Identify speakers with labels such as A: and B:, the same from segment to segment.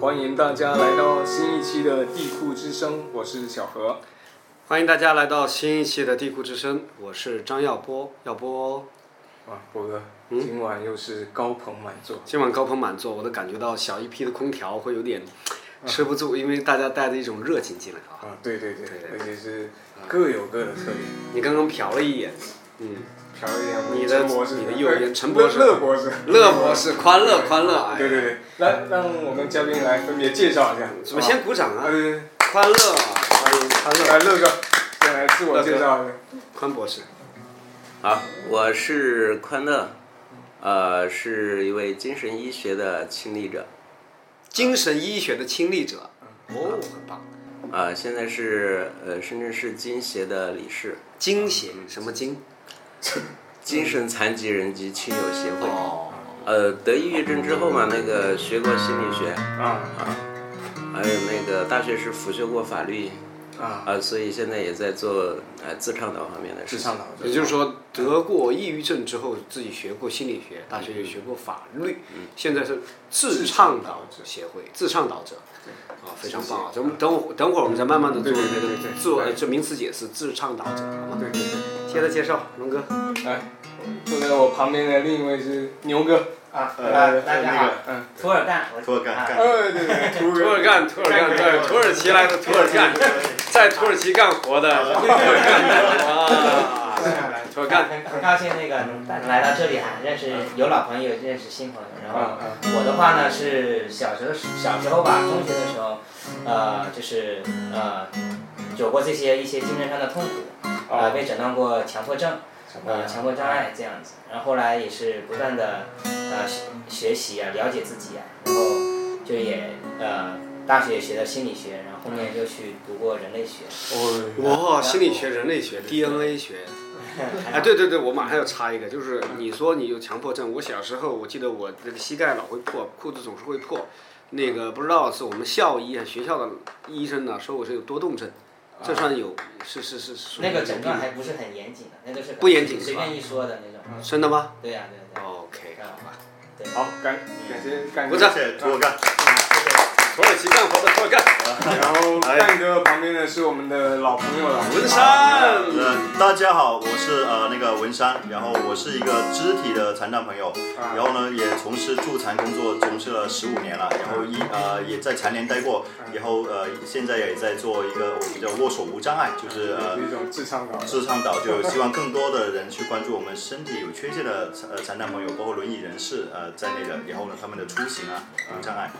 A: 欢迎大家来到新一期的地库之声，我是小何。
B: 欢迎大家来到新一期的地库之声，我是张耀波，耀波。
A: 哇，波啊哥，
B: 嗯
A: 今晚又是高朋满座。
B: 今晚高朋满座，我都感觉到小一批的空调会有点吃不住，因为大家带着一种热情进来啊。
A: 啊，对对对
B: 对，
A: 而且是各有各的特点。
B: 你刚刚瞟了一眼，嗯，
A: 瞟一眼我
B: 你
A: 们
B: 的
A: 陈博士，
B: 你的右边陈博士
A: 哎乐乐博士，
B: 乐博士，欢乐欢乐，哎，
A: 嗯对对对，来让我们嘉宾来分别介绍一下。
B: 我们先鼓掌
A: 啊，
B: 啊，
A: 对对
B: 欢乐，欢迎欢
A: 对，
B: 乐，
A: 来乐哥，先来自我介绍一下。
B: 宽博士，
C: 好，我是宽乐，呃，是一位精神医学的亲历者，
B: 精神医学的亲历者，
A: 嗯
B: 哦，很棒。
C: 啊、现在是呃深圳市金协的理事，
B: 精血什么精？
C: 精神残疾人及亲友协会。
B: 哦，
C: 呃，得抑郁症之后嘛，那个学过心理学，
A: 啊
C: 还有那个大学时辅修过法律，
A: 啊，
C: 啊、所以现在也在做呃自倡导方面的事
A: 智
C: 情
A: 商。导
B: 也就是说，得过抑郁症之后，自己学过心理学，大学也学过法律，现在是嗯自倡导者协会，自倡导者，啊，非常棒啊！咱们等会等会儿我们再慢慢的做
A: 对对
B: 那
A: 对对
B: 个
A: 对
B: 做
A: 对
B: 这名词解释，自倡导者，好吗？
A: 对对对，
B: 接着介绍龙哥，
A: 来，坐在我旁边的另一位是牛哥。啊，
D: 呃
A: 来
D: 大家
A: 呃那
D: 好，
A: 个嗯，
D: 土尔干，我
E: 土尔干
D: 啊
E: 干
A: 哎对对，对土耳
B: 干，土尔
A: 干
E: 对土耳
B: 其来的土尔干，在土耳其干活的土尔干 啊，土尔干，
D: 很很高兴那个能来到这里啊，认识有老朋友，认识新朋友。然
A: 啊
D: 后
A: 啊
D: 我的话呢是小时候小时候吧，中学的时候，呃，就是呃，有过这些一些精神上的痛苦，呃，
A: 啊，
D: 被诊断过强迫症，呃，强迫障碍这样子。然后后来也是不断的呃学学习啊，了解自己啊，然后就也呃大学也学的心理学，然后后面又去读过人类学。
A: 哦，
B: 哇，心理学、人类学、DNA 学。哎，对对对，我马上要插一个，就是你说你有强迫症，我小时候我记得我那个膝盖老会破，裤子总是会破，那个不知道是我们校医还是学校的医生呢，说我是有多动症，这算有是是是是
D: 啊那个诊断还不是很严谨的，那都是
B: 嗯不严谨
D: 随
B: 是吧嗯
D: 便一说的那种。啊
B: 真的吗哦
D: 对呀、对呀、对呀、
B: ？OK，
D: 啊对。
A: 好，感感谢感
B: 鼓
A: 谢
B: 掌。
E: 谢谢土尔 干，
B: 土耳其干活的托干，
A: 然后蛋哥旁边的是我们的老朋友了，
B: 文山，
E: 呃，大家好，我是呃那个文山，然后我是一个肢体的残障朋友，然后呢也从事助残工作，从事了十五年了，然后一呃也在残联待过，然后呃现在也在做一个我们叫握手无障碍，就是呃
A: 一种智商高的。
E: 自倡导，就希望更多的人去关注我们身体有缺陷的呃残障朋友，包括轮椅人士呃在内的，然后呢他们的出行啊无障碍。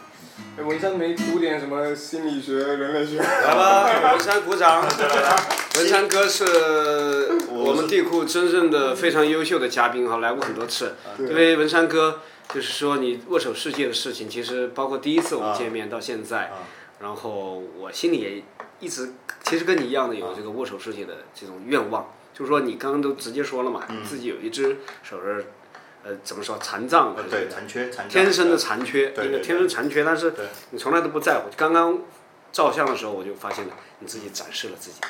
A: 哎文山没读点什么心理学、人类学？
B: 来吧，文山鼓掌。 文山哥是我们地库真正的非常优秀的嘉宾哈，来过很多次。因为文山哥就是说你握手世界的事情，其实包括第一次我们见面到现在，然后我心里也一直其实跟你一样的有这个握手世界的这种愿望，就是说你刚刚都直接说了嘛，自己有一只手是呃怎么说残
C: 啊
B: 障
E: 呃，对，残缺残障
B: 天生的残缺，
E: 对
B: 一
E: 对
B: 个
E: 对
B: 天生残缺，但是
E: 对
B: 你从来都不在乎。刚刚照相的时候，我就发现了你自己展示了自己，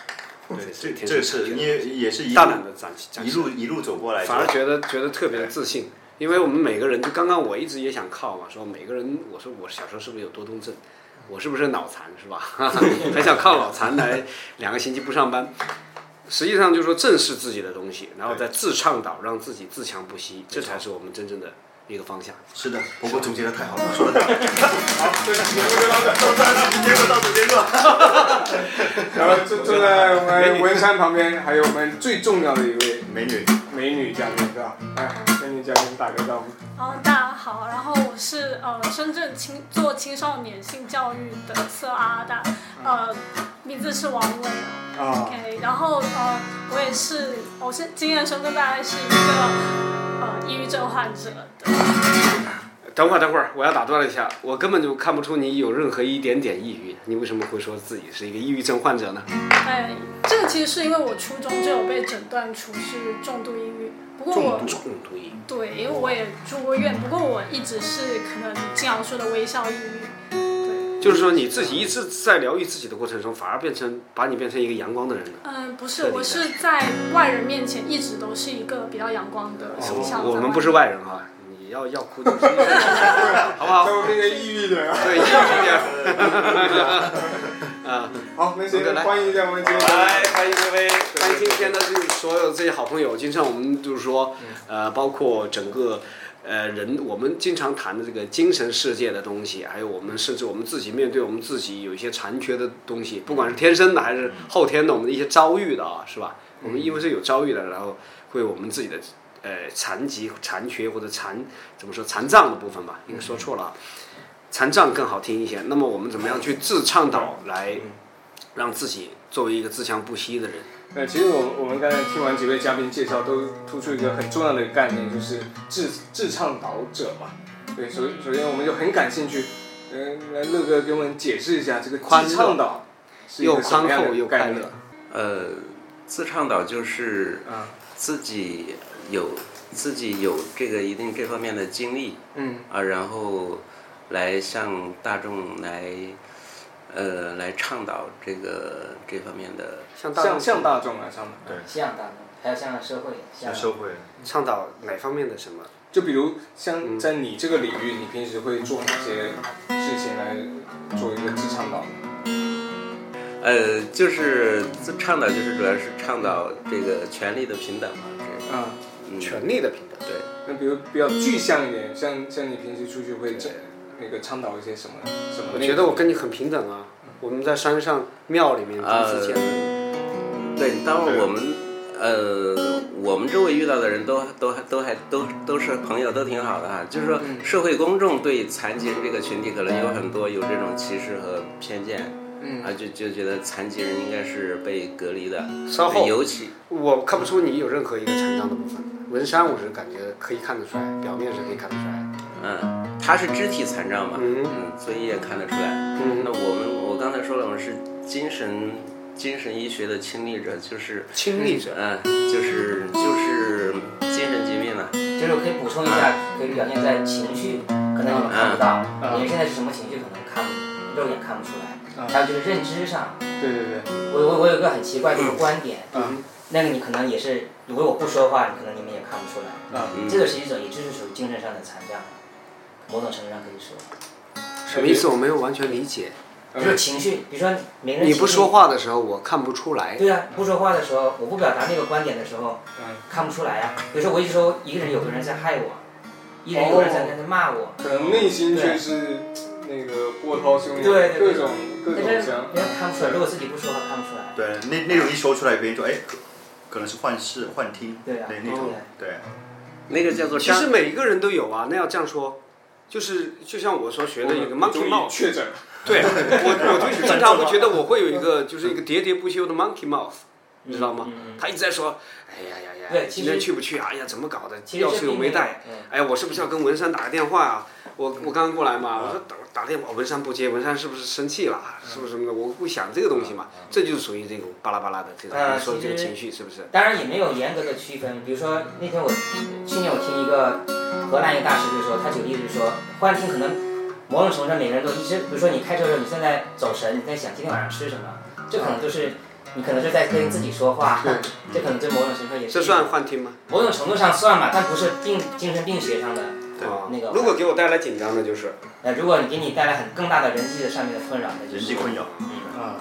E: 对，这
B: 天
E: 这
B: 生残
E: 是
B: 缺
E: 因为也是一
B: 大胆的展展
E: 一
B: 示，
E: 路一路走过来，
B: 反而觉得觉得特别的自信。因为我们每个人，就刚刚我一直也想靠嘛，说每个人，我说我小时候是不是有多动症，我是不是脑残是吧？ 很想靠脑残来两个星期不上班。实际上就是说正视自己的东西，然后再自倡导，让自己自强不息，这才是我们真正的一个方向。
E: 是的，婆婆总结的太好了，说的太好了，
A: 好，这个节目就到这儿。
E: 结果到总结过。
A: 然后坐坐在我们文山旁边，还有我们最重要的一位
E: 美女，
A: 美女嘉宾，是吧？哎，美女嘉宾打个招呼。
F: 然后哦大家好，然后我是呃深圳青做青少年性教育的策阿达，
B: 嗯
F: 呃名字是王伟
A: 啊
F: ，OK，然后呃我也是，呃我是今天的身份大概是一个呃抑郁症患者的，
B: 等会儿，等会儿，我要打断一下，我根本就看不出你有任何一点点抑郁，你为什么会说自己是一个抑郁症患者呢？
F: 哎，这个其实是因为我初中就有被诊断出是重度抑郁，不过我
B: 重度抑郁，
F: 对，因为我也住过院，不过我一直是可能经常说的微笑抑郁，对，
B: 就是说你自己一直在疗愈自己的过程中，反而变成把你变成一个阳光的人了。
F: 嗯、不
B: 彻
F: 是，
B: 底
F: 我
B: 的
F: 是在外人面前一直都是一个比较阳光的形象。
B: 哦我
F: 在
B: 们不是
F: 面
B: 外人哈，你要要哭就是要哭， 好不好
A: 在？我面前抑郁的。啊
B: 对，要这点儿。
A: 好，那行，欢迎一下我们今天。
B: 来，哎欢迎各位，欢迎今天的这所有这些好朋友。经常我们就是说，呃，包括整个呃人，我们经常谈的这个精神世界的东西，还有我们甚至我们自己面对我们自己有一些残缺的东西，不管是天生的还是后天的，我们的一些遭遇的啊，是吧？我们因为是有遭遇的，然后会我们自己的呃残疾、残缺或者残怎么说残障的部分吧，应该说错了啊，残障更好听一些。那么我们怎么样去自倡导来？让自己作为一个自强不息的人，
A: 对，哎其实我我们刚才听完几位嘉宾介绍，都突出一个很重要的概念，就是自自倡导者嘛。对，首首先我们就很感兴趣，嗯、来乐哥给我们解释一下这个
B: 宽
A: 自
B: 乐
A: 倡导是一
B: 又
A: 个什
B: 宽
A: 么样
B: 厚
A: 的
B: 又
A: 概
B: 快
A: 念
B: 乐。。
C: 呃，自倡导就是
A: 啊
C: 自己有自己有这个一定这方面的经历
A: 嗯
C: 啊，然后来向大众来呃来倡导这个这方面的
B: 向大
A: 向
B: 众
A: 向大众来啊倡导。
D: 向大众，还有向社会，向
E: 社会
B: 倡导哪方面的什么？
A: 就比如
B: 嗯
A: 像在你这个领域，你平时会做哪些事情来做一个自倡导呢？
C: 呃，就是自倡导就是主要是倡导这个权利的平等嘛，这个
A: 啊，
C: 嗯
B: 权力的平等。
C: 对。
A: 那比如比较具象一点，像像你平时出去会这那个倡导一些什么什么
B: 我
A: 内容？嗯
B: 觉得我跟你很平等啊，我们在山上庙里面彼此见面。
A: 呃
C: 对，当然我们呃，我们周围遇到的人都都都还都都是朋友，都挺好的哈。就是说，社会公众对残疾人这个群体可能有很多有这种歧视和偏见，
A: 嗯
C: 啊，就就觉得残疾人应该是被隔离的，
B: 稍后
C: 尤其
B: 我看不出你有任何一个成长的部分。文山我是感觉可以看得出来，表面是可以看得出来。
C: 嗯，他是肢体残障嘛，
B: 嗯
C: 所以也看得出来。
B: 嗯
C: 那我们我刚才说了，我们是精神精神医学的亲历者，就是
B: 亲历者，
C: 嗯，就是就是精神疾病了、
D: 就是我可以补充一下，可以表现在情绪，可能你们看不到，你们现在是什么情绪可能看不，肉眼看不出来。还有就是认知上，
A: 对对对，
D: 我我我有个很奇怪的一个观点，
A: 嗯
D: 那个你可能也是，如果我不说话，你可能你们也看不出来。
A: 啊，
C: 嗯
D: 这个是一种，也就是属于精神上的残障，某种程度上可以说，
B: 什么意思？我没有完全理解。
D: 就是情绪，比如说每个人
B: 你不
D: 情绪
B: 说，话的时候，我看不出来。
D: 对啊，不说话的时候，我不表达那个观点的时候，
A: 嗯
D: 看不出来啊。比如说我一直说一个人有个人在害我，一人有个人
A: 哦
D: 在在那骂我，
A: 可能内心却是那个波涛汹涌，
D: 对对
A: 嗯各
D: 对
A: 种各
D: 但是
A: 种
D: 别
A: 想。
D: 人看不出来，如果自己不说话看不出来。
E: 对呃那那种一说出来，别人说哎，可可能是幻视、幻听，
D: 对啊
E: 那种
D: 哦
E: 对。
C: 那个叫做
B: 其
C: 张
B: 实每一个人都有啊，那要这样说，就是就像我所学的一个 monkey
A: 终于
B: mouth，
A: 确诊了，
B: 对 我，我就经常会
D: 啊
B: 觉得我会有一个就是一个喋喋不休的 monkey mouth，你知道吗？他一直在说，哎呀呀呀，
D: 嗯对其
B: 今
D: 实
B: 天去不去？哎呀，怎么搞的？
D: 其实
B: 钥匙又没带
D: 这并没有嗯。
B: 哎呀，我是不是要跟文山打个电话啊？我我刚刚过来嘛，
D: 啊
B: 我说打打电话，文山不接，文山是不是生气了？是不是什么的？我会想这个东西嘛，这就是属于这种巴拉巴拉的这种
D: 啊
B: 你说的这个
D: 其实
B: 情绪是不是？
D: 当然也没有严格的区分。比如说那天我去年我听一个荷兰一个大师就说，他举例子就说，幻听可能某种程度上每个人都一直，比如说你开车的时候你现在走神，你在想今天晚上吃什么，这可能就是你可能是在跟自己说话，
E: 嗯
D: 这可能对某种程度上也是
B: 这算幻听吗？
D: 某种程度上算吧，但不是病精神病学上的。
B: 啊
D: 那个
B: 如果给我带来紧张的，就是
D: 那如果你给你带来很更大的人际上面的困扰，那就是
E: 人际困扰。
D: 嗯，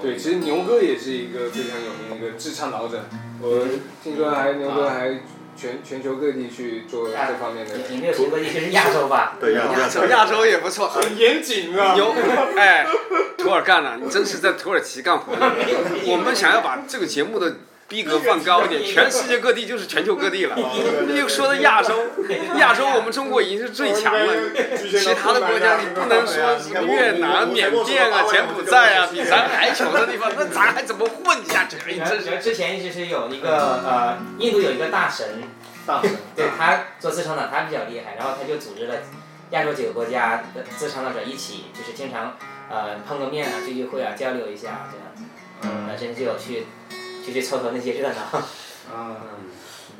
D: 对。
A: 对，其实牛哥也是一个非常有名的一个自倡导者，我听说还牛哥还全全球各地去做这方面的，
D: 你没有学过，也就是亚洲吧？
E: 对亚亚洲
B: 亚洲也不错，
A: 很严谨啊。
B: 有，哎，土尔干了，你真是在土耳其干活的。我们想要把这个节目的逼格放高一点，全世界各地就是全球各地了。又说到亚洲，亚洲我们中国已经是最强了，其他的国家你不能说什么越南、缅甸啊、柬埔寨啊，比咱还穷的地方，那咱还怎么混下去？哎，
D: 你
B: 真
D: 知
B: 是。
D: 道之前一直是有一个呃，印度有一个大神，
A: 大神
D: 对他做自成党，他比较厉害，然后他就组织了亚洲几个国家的自成党者一起，就是经常呃碰个面啊，聚聚会啊，交流一下这样子，
A: 嗯
D: 呃，甚至有去就去凑凑那些热 闹。
A: 啊，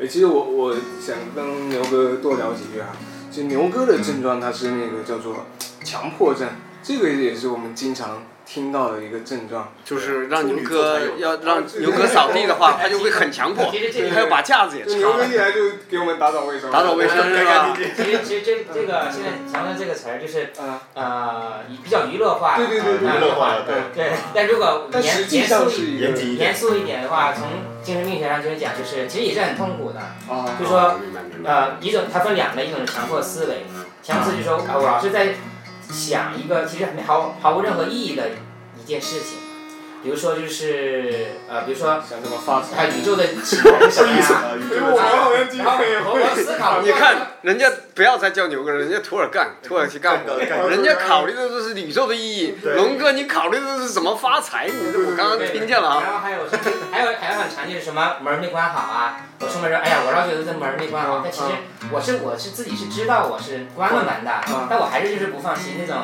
A: 哎，其实我我想跟牛哥多聊几句啊。其实牛哥的症状他是那个叫做强迫症，这个也是我们经常听到的一个症状。
B: 就是让牛
E: 处女座才
B: 哥
E: 有
B: 要让牛哥扫地的话，他就会很强迫，
D: 其实这
B: 他要
D: 个，
B: 把架子也
A: 就牛
B: 擦
A: 哥
B: 了，
A: 一来就给我们打扫卫生，
B: 打扫卫生是吧？
D: 其实其实这这
A: 嗯
D: 个现在强调这个词儿就是
A: 啊，
D: 呃比较娱乐化，
A: 对对对对
D: 啊
E: 娱乐化的对
D: 对，但如果
A: 但实
D: 严
A: 际
D: 严肃
A: 上
D: 一
A: 是一
E: 严谨
A: 个
E: 一
D: 严
E: 点。
D: 肃一点的话，从精神病学上就是讲，就是其实也是很痛苦的。
A: 啊
D: 就说
B: 明白明白
D: 呃，一种它分两类，一种是强迫思维，
B: 嗯
D: 强迫思维就说啊，我老是在想一个其实没毫毫无任何意义的一件事情，比如说就是呃，比如说
A: 想怎么发
D: 啊
A: 财？
D: 宇宙的起源是什 么呀？
E: 呃，宇
A: 啊对，
E: 宙
A: 我
E: 的
A: 们好像经
D: 然后
A: 常也
D: 我
A: 会
D: 我思考过，
B: 你看人家不要再叫牛哥了，人家土耳干土耳其干活，
E: 干
B: 人家考虑的都是宇宙的意义。
E: 对
B: 龙哥，你考虑的是怎么发财？你这我刚刚听见了啊。
D: 然后还有什么？还有还有很常见是什么门儿没关好啊？我出门说，哎呀，我老觉得这门儿没关好，但其实
B: 嗯
D: 我是我是自己是知道我是关了门的
A: 嗯，
D: 但我还是就是不放心那种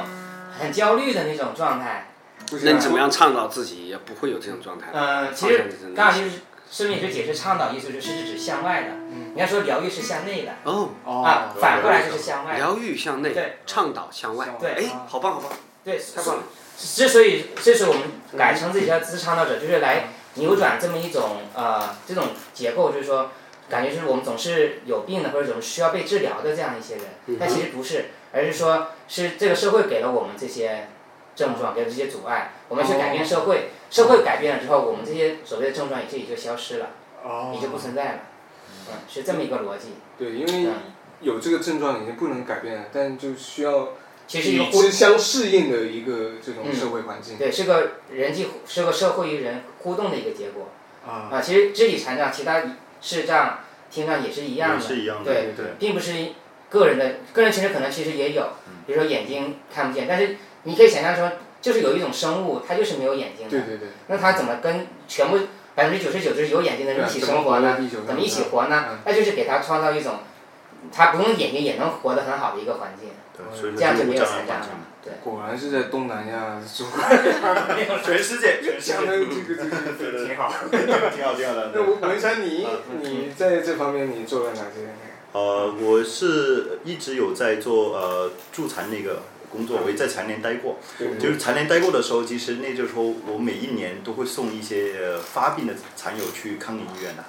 D: 很焦虑的那种状态。
A: 不行
B: 那
A: 啊
B: 你怎么样倡导自己也不会有这种状态？
D: 嗯，其实刚好就是生命学解释倡导艺术就是指向外的，你要说疗愈是向内的
B: 哦，
D: 啊
A: 哦，，
D: 反过来就是向外。
B: 疗愈向内
D: 对，
B: 倡导向外。
D: 对
B: 哎，好棒好棒，
D: 对，
B: 太棒了！
D: 之所以这是我们改成自己叫自倡导者，就是来扭转这么一种呃这种结构，就是说感觉就是我们总是有病的或者总是需要被治疗的这样一些人，但其实不是，而是说是这个社会给了我们这些症状，给了这些阻碍，我们去改变社会，社会改变了之后，我们这些所谓的症状也就也就消失了，也就不
A: 哦，
D: 存在了，嗯，是这么一个逻辑，
A: 对，因为
D: 嗯，
A: 有这个症状已经不能改变了，但就需要
D: 其实一个
A: 与之相适应的一个这种社会环境
D: 对，是个人际互是个社会与人互动的一个结果。
A: 啊。
D: 啊，其实肢体残障、其他视障、听障也是一样
E: 也
D: 的，
E: 是一
A: 啊
E: 样的，
D: 对
E: 对，
D: 并不是个人的个人群体可能其实也有，比如说眼睛看不见，但是你可以想象说，就是有一种生物，它就是没有眼睛的，
A: 对对对，
D: 那它怎么跟全部百分之九十九是有眼睛的
A: 对
D: 人
A: 啊
D: 一起
A: 怎么
D: 生活呢？
A: 地球上
D: 怎么一起
A: 啊
D: 活呢？
A: 嗯
D: 那就是给它创造一种，它不用眼睛也能活得很好的一个环境，
E: 对，所以
D: 这样
E: 说
D: 就是
E: 无
D: 没有
E: 障碍
D: 残障
E: 环
D: 了
E: 境。。
D: 对，
A: 果然是在东南 亚中国
E: 全世界，全世
A: 讲
E: 界，
A: 的这个 这个这个挺好。
E: 挺好，挺好的。
A: 那
E: 对
A: 文文山
D: 啊
A: 你
D: 嗯
A: 你在这方面你做了哪些？
E: 呃，我是一直有在做呃助残那个工作，我也在残联待过。
A: 对对
E: 就
A: 对
E: 是残联待过的时候，其实那就是说我每一年都会送一些呃发病的残友去康宁医院的、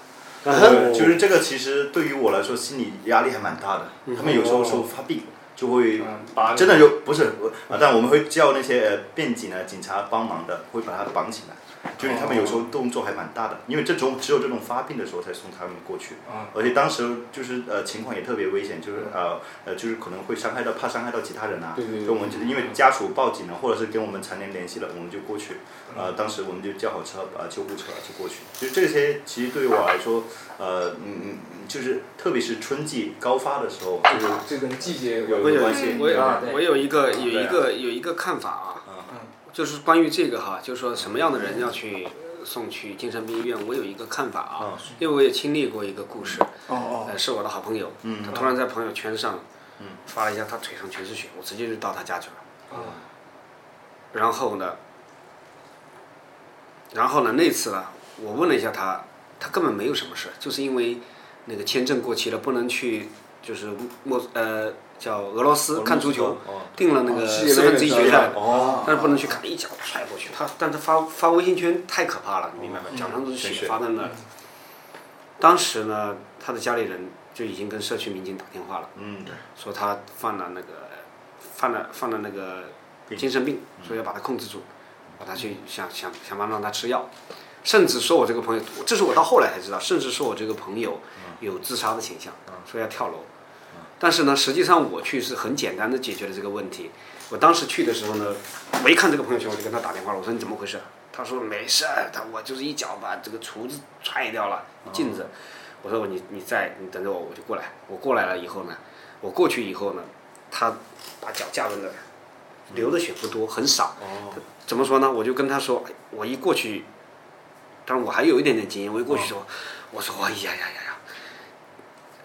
B: 哦
E: 呃就是这个，其实对于我来说心理压力还蛮大的。他们有时候说发病就会
A: 嗯把
E: 真的就不是我啊，但我们会叫那些呃便警啊、警察帮忙的，会把他绑起来。就是他们有时候动作还蛮大的，因为这种只有这种发病的时候才送他们过去。
A: 啊
E: 而且当时就是呃情况也特别危险，就是呃呃就是可能会伤害到怕伤害到其他人啊，
A: 对对对
E: 就我们就因为家属报警了，或者是跟我们残联联系了，我们就过去，呃当时我们就叫好车呃救护车就过去，就这些其实对于我来说，呃嗯嗯就是特别是春季高发的时候，就是
A: 这跟季节有
E: 有有关系，
B: 我有
D: 啊对
B: 我有一个有
E: 对
B: 一
E: 啊
B: 个有一个看法啊
E: 嗯，
B: 就是关于这个哈，就是说什么样的人要去送去精神病医院，我有一个看法啊
E: 嗯，
B: 因为我也经历过一个故事，
A: 哦
B: 呃，是我的好朋友，
E: 嗯
B: 他突然在朋友圈上发了一下他腿上全是血，我直接就到他家去了。
A: 哦啊
B: 然后呢，然后呢，那次呢，我问了一下他，他根本没有什么事，就是因为那个签证过期了，不能去，就是莫呃叫俄罗斯看足球，
E: 哦
B: 定了那
A: 哦
B: 个
A: 世界杯
B: 四分之一决赛，
E: 哦，
B: 但是不能去看，一脚踹过去，他但他发发微信圈太可怕了，你明白吗？脚上嗯都是
E: 全
B: 血
E: 血
B: 发在那儿。当时呢，他的家里人就已经跟社区民警打电话了，
E: 嗯
B: 说他犯了那个犯了犯了那个精神病，嗯所以要把他控制住，把他去想想想办法让他吃药，甚至说我这个朋友，这是我到后来才知道，甚至说我这个朋友有自杀的倾向，说要跳楼。但是呢，实际上我去是很简单的解决了这个问题。我当时去的时候呢，我一看这个朋友圈，我就跟他打电话了，我说你怎么回事？他说没事儿，他我就是一脚把这个厨子踹掉了镜子。我说你你在你等着我，我就过来。我过来了以后呢，我过去以后呢，他把脚架在那儿，流的血不多，很少。
E: 哦
B: 怎么说呢？我就跟他说，哎我一过去，当然我还有一点点经验，我一过去说，我说哎呀呀呀呀，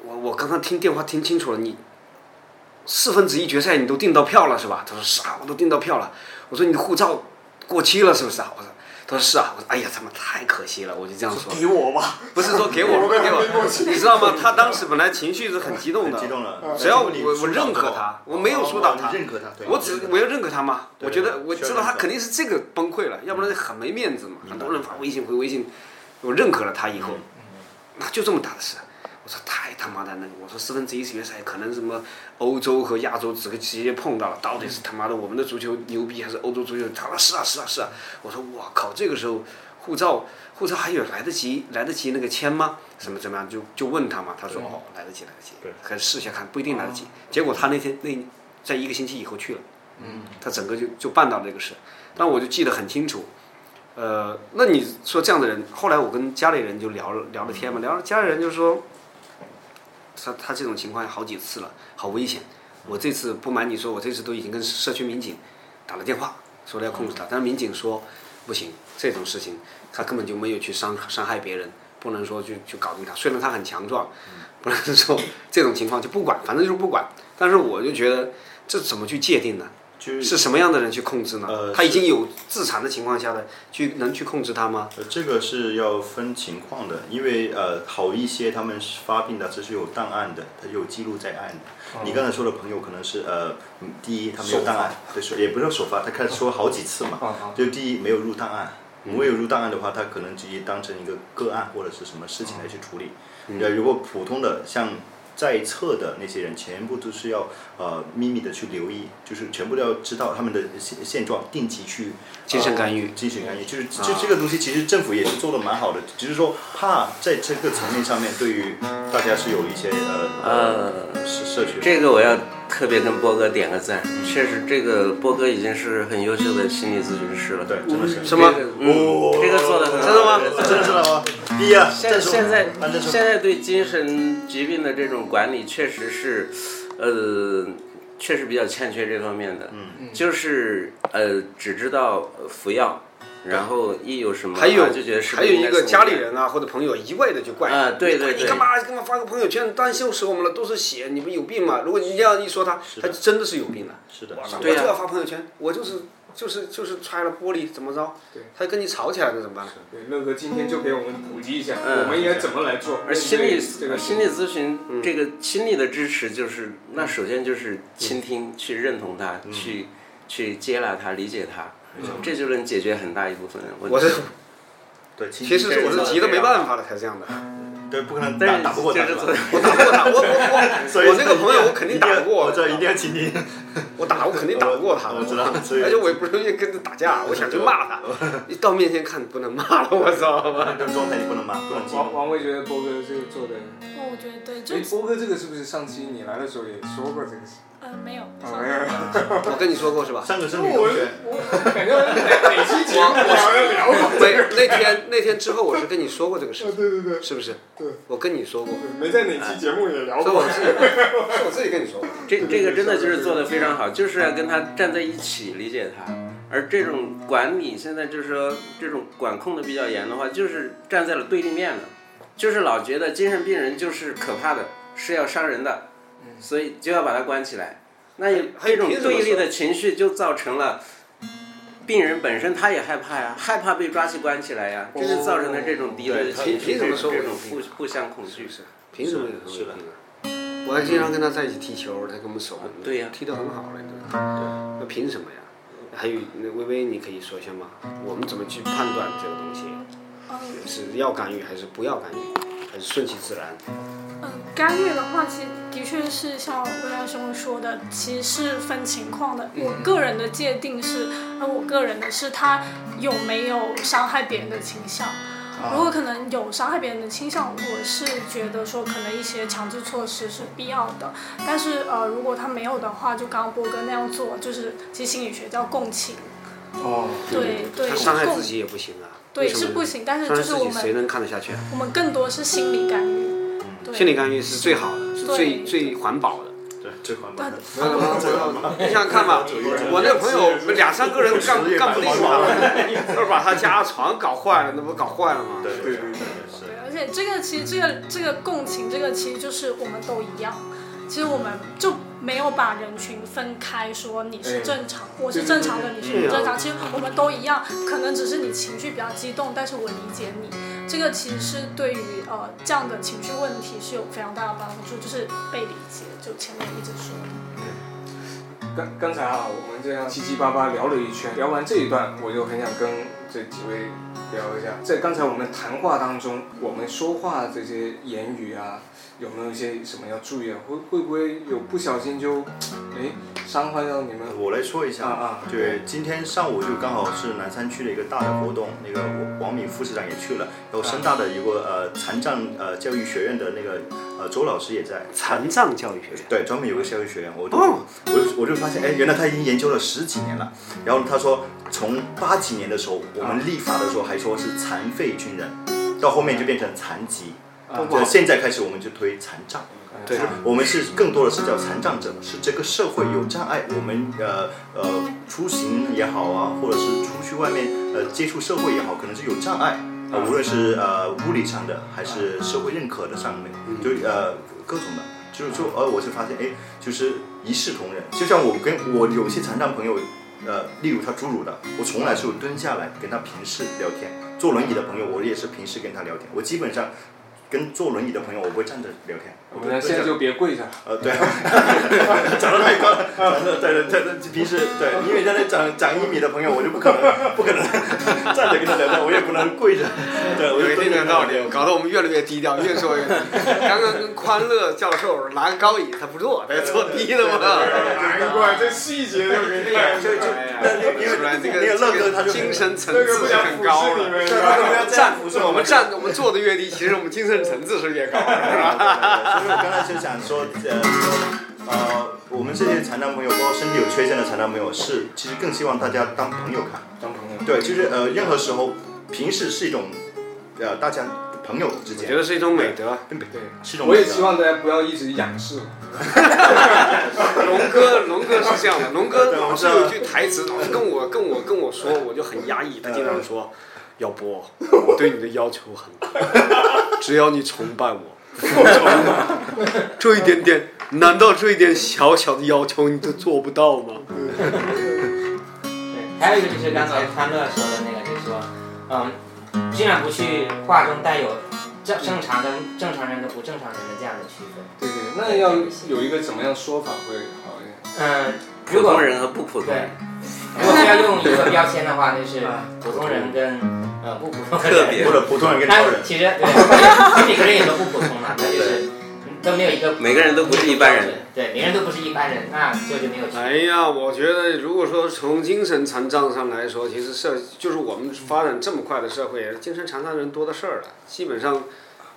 B: 我我刚刚听电话听清楚了，你四分之一决赛你都订到票了是吧？他说是啊，我都订到票了。我说你的护照过期了是不是啊？我说，他他说是啊，我说哎呀，他妈太可惜了，我就这样说，
A: 给我吧，
B: 不是说给我，不
A: 我
B: 是
A: 跟
B: 给
A: 他背过
B: 我，
A: 去
B: 你知道吗？他当时本来情绪是很激动的，
E: 激动了。
B: 只要我
E: 你
B: 我
E: 疏导
B: 认可
E: 过
B: 他我没有疏导他
E: 哦你认可他，对
B: 我只我要认可他嘛，我觉得我
E: 需要
B: 知道他
E: 认可
B: 肯定是这个崩溃
E: 嗯
B: 了，要不然很没面子嘛。很多人发微信回微信，我认可了他以后，
E: 嗯
B: 那就这么大的事。我说太他妈的那个，我说四分之一世决赛可能什么欧洲和亚洲直直接碰到了，到底是他妈的我们的足球牛逼还是欧洲足球？他说是啊是啊是啊，我说我靠，这个时候护照护照还有来得及来得及那个签吗？什么怎么样？就就问他嘛，他说哦来得及来得及，可以试一下看，不一定
E: 啊
B: 来得及。结果他那天那在一个星期以后去了，他整个就就办到了这个事，但我就记得很清楚。呃，那你说这样的人，后来我跟家里人就聊了聊了天嘛，聊了家里人就说，他他这种情况好几次了，好危险。我这次不瞒你说，我这次都已经跟社区民警打了电话，说了要控制他，但是民警说不行，这种事情他根本就没有去伤伤害别人，不能说去去搞定他。虽然他很强壮，不能说这种情况就不管，反正就是不管。但是我就觉得这怎么去界定呢？
E: 就是
B: 什么样的人去控制呢？
E: 呃
B: 他已经有自残的情况下的，去能去控制他吗？
E: 呃，这个是要分情况的，因为呃，好一些他们是发病的这是有档案的，他有记录在案的。
B: 哦
E: 你刚才说的朋友可能是呃，嗯第一他没有档案，对，是也不是首发，他开始说好几次
A: 啊
E: 嘛，就第一没有入档案，
C: 嗯
E: 没有入档案的话，他可能直接当成一个个案或者是什么事情来去处理。
C: 嗯
E: 呃，如果普通的像在册的那些人，全部都是要呃秘密的去留意，就是全部都要知道他们的现现状，定期去
B: 精神干预
E: 呃精神干预
C: 嗯
E: 就是就这个东西，其实政府也是做的蛮好的，只是说怕在这个层面上面对于大家是有一些呃
C: 呃，
E: 呃社社区
C: 这个我要特别跟波哥点个赞，确实这个波哥已经是很优秀的心理咨询师了。
E: 对，哦真的是
B: 什么
C: 这个嗯，这个做的很好。嗯
B: 真的吗
E: 真的是了吗？第一啊，
C: 现现在
E: 按证书
C: 现在对精神疾病的这种管理确实是，呃，确实比较欠缺这方面的。嗯，就是呃，只知道服药，然后一有什么
B: 还有
C: 啊就觉得是不
B: 还
C: 是
B: 有
C: 应
B: 一
C: 该送
B: 个
C: 医
B: 家里人啊或者朋友一味的就怪
C: 啊对对
B: 你
C: 对
B: 干嘛干嘛发个朋友圈担心死我们了？都是血，你们有病吗？如果你这样一说他，他真的是有病了。
E: 是的
B: 我，
E: 是的
B: 操，我
C: 对
B: 就
C: 呀
B: 要发朋友圈，我就是就是就是摔了玻璃怎么着？他跟你吵起来了怎么办？
A: 对，乐哥今天就给我们普及一下，
C: 嗯
A: 我们应该怎么来做。
C: 而心理
A: 这个
C: 心理咨询，
B: 嗯
C: 这个心理的支持就是，那首先就是倾听，去认同他，
B: 嗯
C: 去去接纳他，理解他，这就能解决很大一部分问题。
B: 我是
E: 对，其
B: 其实是我
C: 这
B: 是
C: 个
B: 急得没办法了才这样的。
E: 对，不可能
C: 但
E: 打
C: 是
E: 打不过
C: 就
E: 他
C: 是
E: 是吧
C: 做
B: 我打不过他，我我我我那个朋友我肯定打不过，
E: 我这一定要 倾听。
B: 我打我肯定打不过他的，
E: 我我 知道所以
B: 而且我也不容易跟他打架，我想去骂他，一到面前看不能骂了，我操！
E: 这种状态你不能骂，不能激
A: 王
E: 动。
A: 王卫觉得波哥这个做的，
F: 那哦我觉得对，就
A: 哎，波哥这个是不是上期你来的时候也说过这个事？
F: 呃没有，
B: 我跟你说过是吧？
E: 上个是
A: 我
E: 女同学，
A: 我感觉每期节目好像聊过。
B: 对，那天那天之后我是跟你说过这个事情，
A: 对对对，
B: 是不是？
A: 对，
B: 我跟你说过，
A: 没在哪期节目也聊
B: 所以我
A: 过。
B: 自己，是我自己跟你说过。
C: 这这个真的就是做的非常好，
B: 嗯
C: 就是要跟他站在一起，理解他。而这种管理现在就是说，这种管控的比较严的话，就是站在了对立面的，就是老觉得精神病人就是可怕的，是要伤人的，所以就要把他关起来。那有
B: 嗯还
C: 这
B: 有
C: 种
B: 凭什么
C: 对立的情绪就造成了。病人本身他也害怕呀，害怕被抓去关起来呀，这就造成了这种敌
B: 哦
C: 对的
E: 对他
C: 情绪，
B: 凭什么
C: 这
B: 说我
C: 种这
B: 有
C: 种
B: 病
C: 互互相恐惧？
B: 是凭什么有
E: 是的
B: 啊我还经常跟他在一起踢球，他跟我们守门的，
C: 对呀
B: 踢得很好了，你知道吗？那凭什么呀？还有那微微，你可以说一下吗？我们怎么去判断这个东西
F: 嗯。
B: 是要干预还是不要干预，还是顺其自然？
F: 嗯，干预的话，其实的确是像薇安兄说的，其实是分情况的。我个人的界定是，呃，我个人的是他有没有伤害别人的倾向。如果可能有伤害别人的倾向，我是觉得说可能一些强制措施是必要的。但是呃，如果他没有的话，就刚刚波哥那样做，就是其实心理学叫共情。
A: 哦，
F: 对对，
B: 他伤害
F: 共
B: 自己也不行啊，
F: 对
B: 为什么
F: 是不行，但是
B: 伤害
F: 就是
B: 自
F: 我
B: 己谁嗯
F: 们
B: 能看得下去啊？
F: 我们更多是心理干预。对
B: 心理干预是最好的，是最
F: 对
B: 最环保的。
E: 对，最环保
F: 但
E: 的。
B: 你想想看吧，我那朋友我们两三个人干干不利索他，要是把他家床搞坏了，那不搞坏了吗？
E: 对
A: 对
E: 对
A: 对
E: 对
A: 对
E: 是
F: 对，而且
B: 嗯
F: 这个其实这个这个共情，这个其实就是我们都一样。其实我们就没有把人群分开，说你是
A: 哎
F: 正常，我
A: 对
F: 是
A: 对
F: 正
A: 对
F: 常的，你是
B: 对
F: 不
B: 啊
F: 正常。其实我们都一样，可能只是你情绪比较激动，但是我理解你。这个其实是对于呃这样的情绪问题是有非常大的帮助，就是被理解，就前面一直说的。
A: 刚刚才啊，我们这样七七八八聊了一圈，聊完这一段，我就很想跟这几位聊一下，在刚才我们谈话当中，我们说话这些言语啊，有没有一些什么要注意啊？会会不会有不小心就，哎，伤害到你们？
E: 我来说一下
A: 啊啊
E: 对，今天上午就刚好是南山区的一个大的活动，那个王王敏副市长也去了，然后深大的一个呃残障呃教育学院的那个呃周老师也在。
B: 残障教育学院。
E: 对，专门有个教育学院，我就、
B: 哦
E: 我就我就发现，哎，原来他已经研究了十几年了。然后他说，从八几年的时候，我们立法的时候还说是残废军人，到后面就变成残疾，就现在开始我们就推残障。
B: 对
E: 就是我们是更多的是叫残障者，是这个社会有障碍，我们呃呃出行也好啊，或者是出去外面呃接触社会也好，可能是有障碍，呃、无论是呃物理上的还是社会认可的上面，就呃各种的，就是说呃我就发现哎，就是一视同仁，就像我跟我有些残障朋友。呃，例如他侏儒的，我从来是有蹲下来跟他平视聊天。坐轮椅的朋友，我也是平视跟他聊天。我基本上跟坐轮椅的朋友，我不会站着聊天。
A: 我
E: 都蹲
A: 们
E: 下
A: 现在就别跪下，
E: 呃，对，长得太高了，长得对对对对，平时对，因为现在长长一米的朋友，我就不可能不可能站着跟他聊天，我也不能跪着，对，我
B: 有
E: 就
B: 一定的
E: 蹲着跟他
B: 道
E: 聊
B: 理
E: 天，
B: 搞得我们越来越低调，越说越。刚刚跟宽乐教授拿个高椅，他不坐，他坐低了嘛。
A: 难怪这细节都给你看
E: 就就那那因为
B: 出来这
E: 那
B: 个
E: 个乐哥他
B: 这个
E: 就
B: 精 神层次很高了。
E: 对他就不要这样
B: 站
E: 服，侍
B: 我们
E: 们
B: 站，我们坐的越低，其实我们精神层次是越高的。
E: 所以我刚才就想说，呃，说呃，我们这些残障朋友，包括身体有缺陷的残障朋友，是其实更希望大家当朋友看。
A: 当朋友。
E: 对，就是呃，任何时候，平时是一种呃，大家朋友之
B: 我
E: 间
B: 觉得是一种美德。
E: 是一种
A: 我也
E: 美德
A: 希望大家不要一直仰视我。
B: 龙哥，龙哥是这样的，龙哥
E: 对
B: 老
E: 我
B: 是
E: 知道
B: 有一句台词，老是跟我跟我跟我说，我就很压抑。他经常
E: 嗯
B: 说：“要不我对你的要求很 高，只要你崇拜我， 这一点点，难道这一点小小的要求你都做不到吗？”
D: 对，还有一个就是刚才潘乐说的那个，就是说，嗯，尽量不去划中带有正正常跟正常人跟不正常人的这样的区分。
A: 对对，那要有一个怎么样说法会好一点？
D: 嗯，
C: 普
D: 如果
C: 通人和不普通
D: 对
C: 人，，
D: 如果非要用一个标签的话，就是
A: 啊
D: 普通人跟呃不普通
C: 特
D: 人。
C: 别
E: 或者普通人跟超人
D: 但。其实对， 每个人也都不普通嘛，他就是都没有一个
C: 每个人都不是一般人。
D: 对，每个人都不是一般人，那这就没有区别。
B: 哎呀，我觉得如果说从精神残障上来说，其实社就是我们发展这么快的社会，精神残障人多的事儿了。基本上，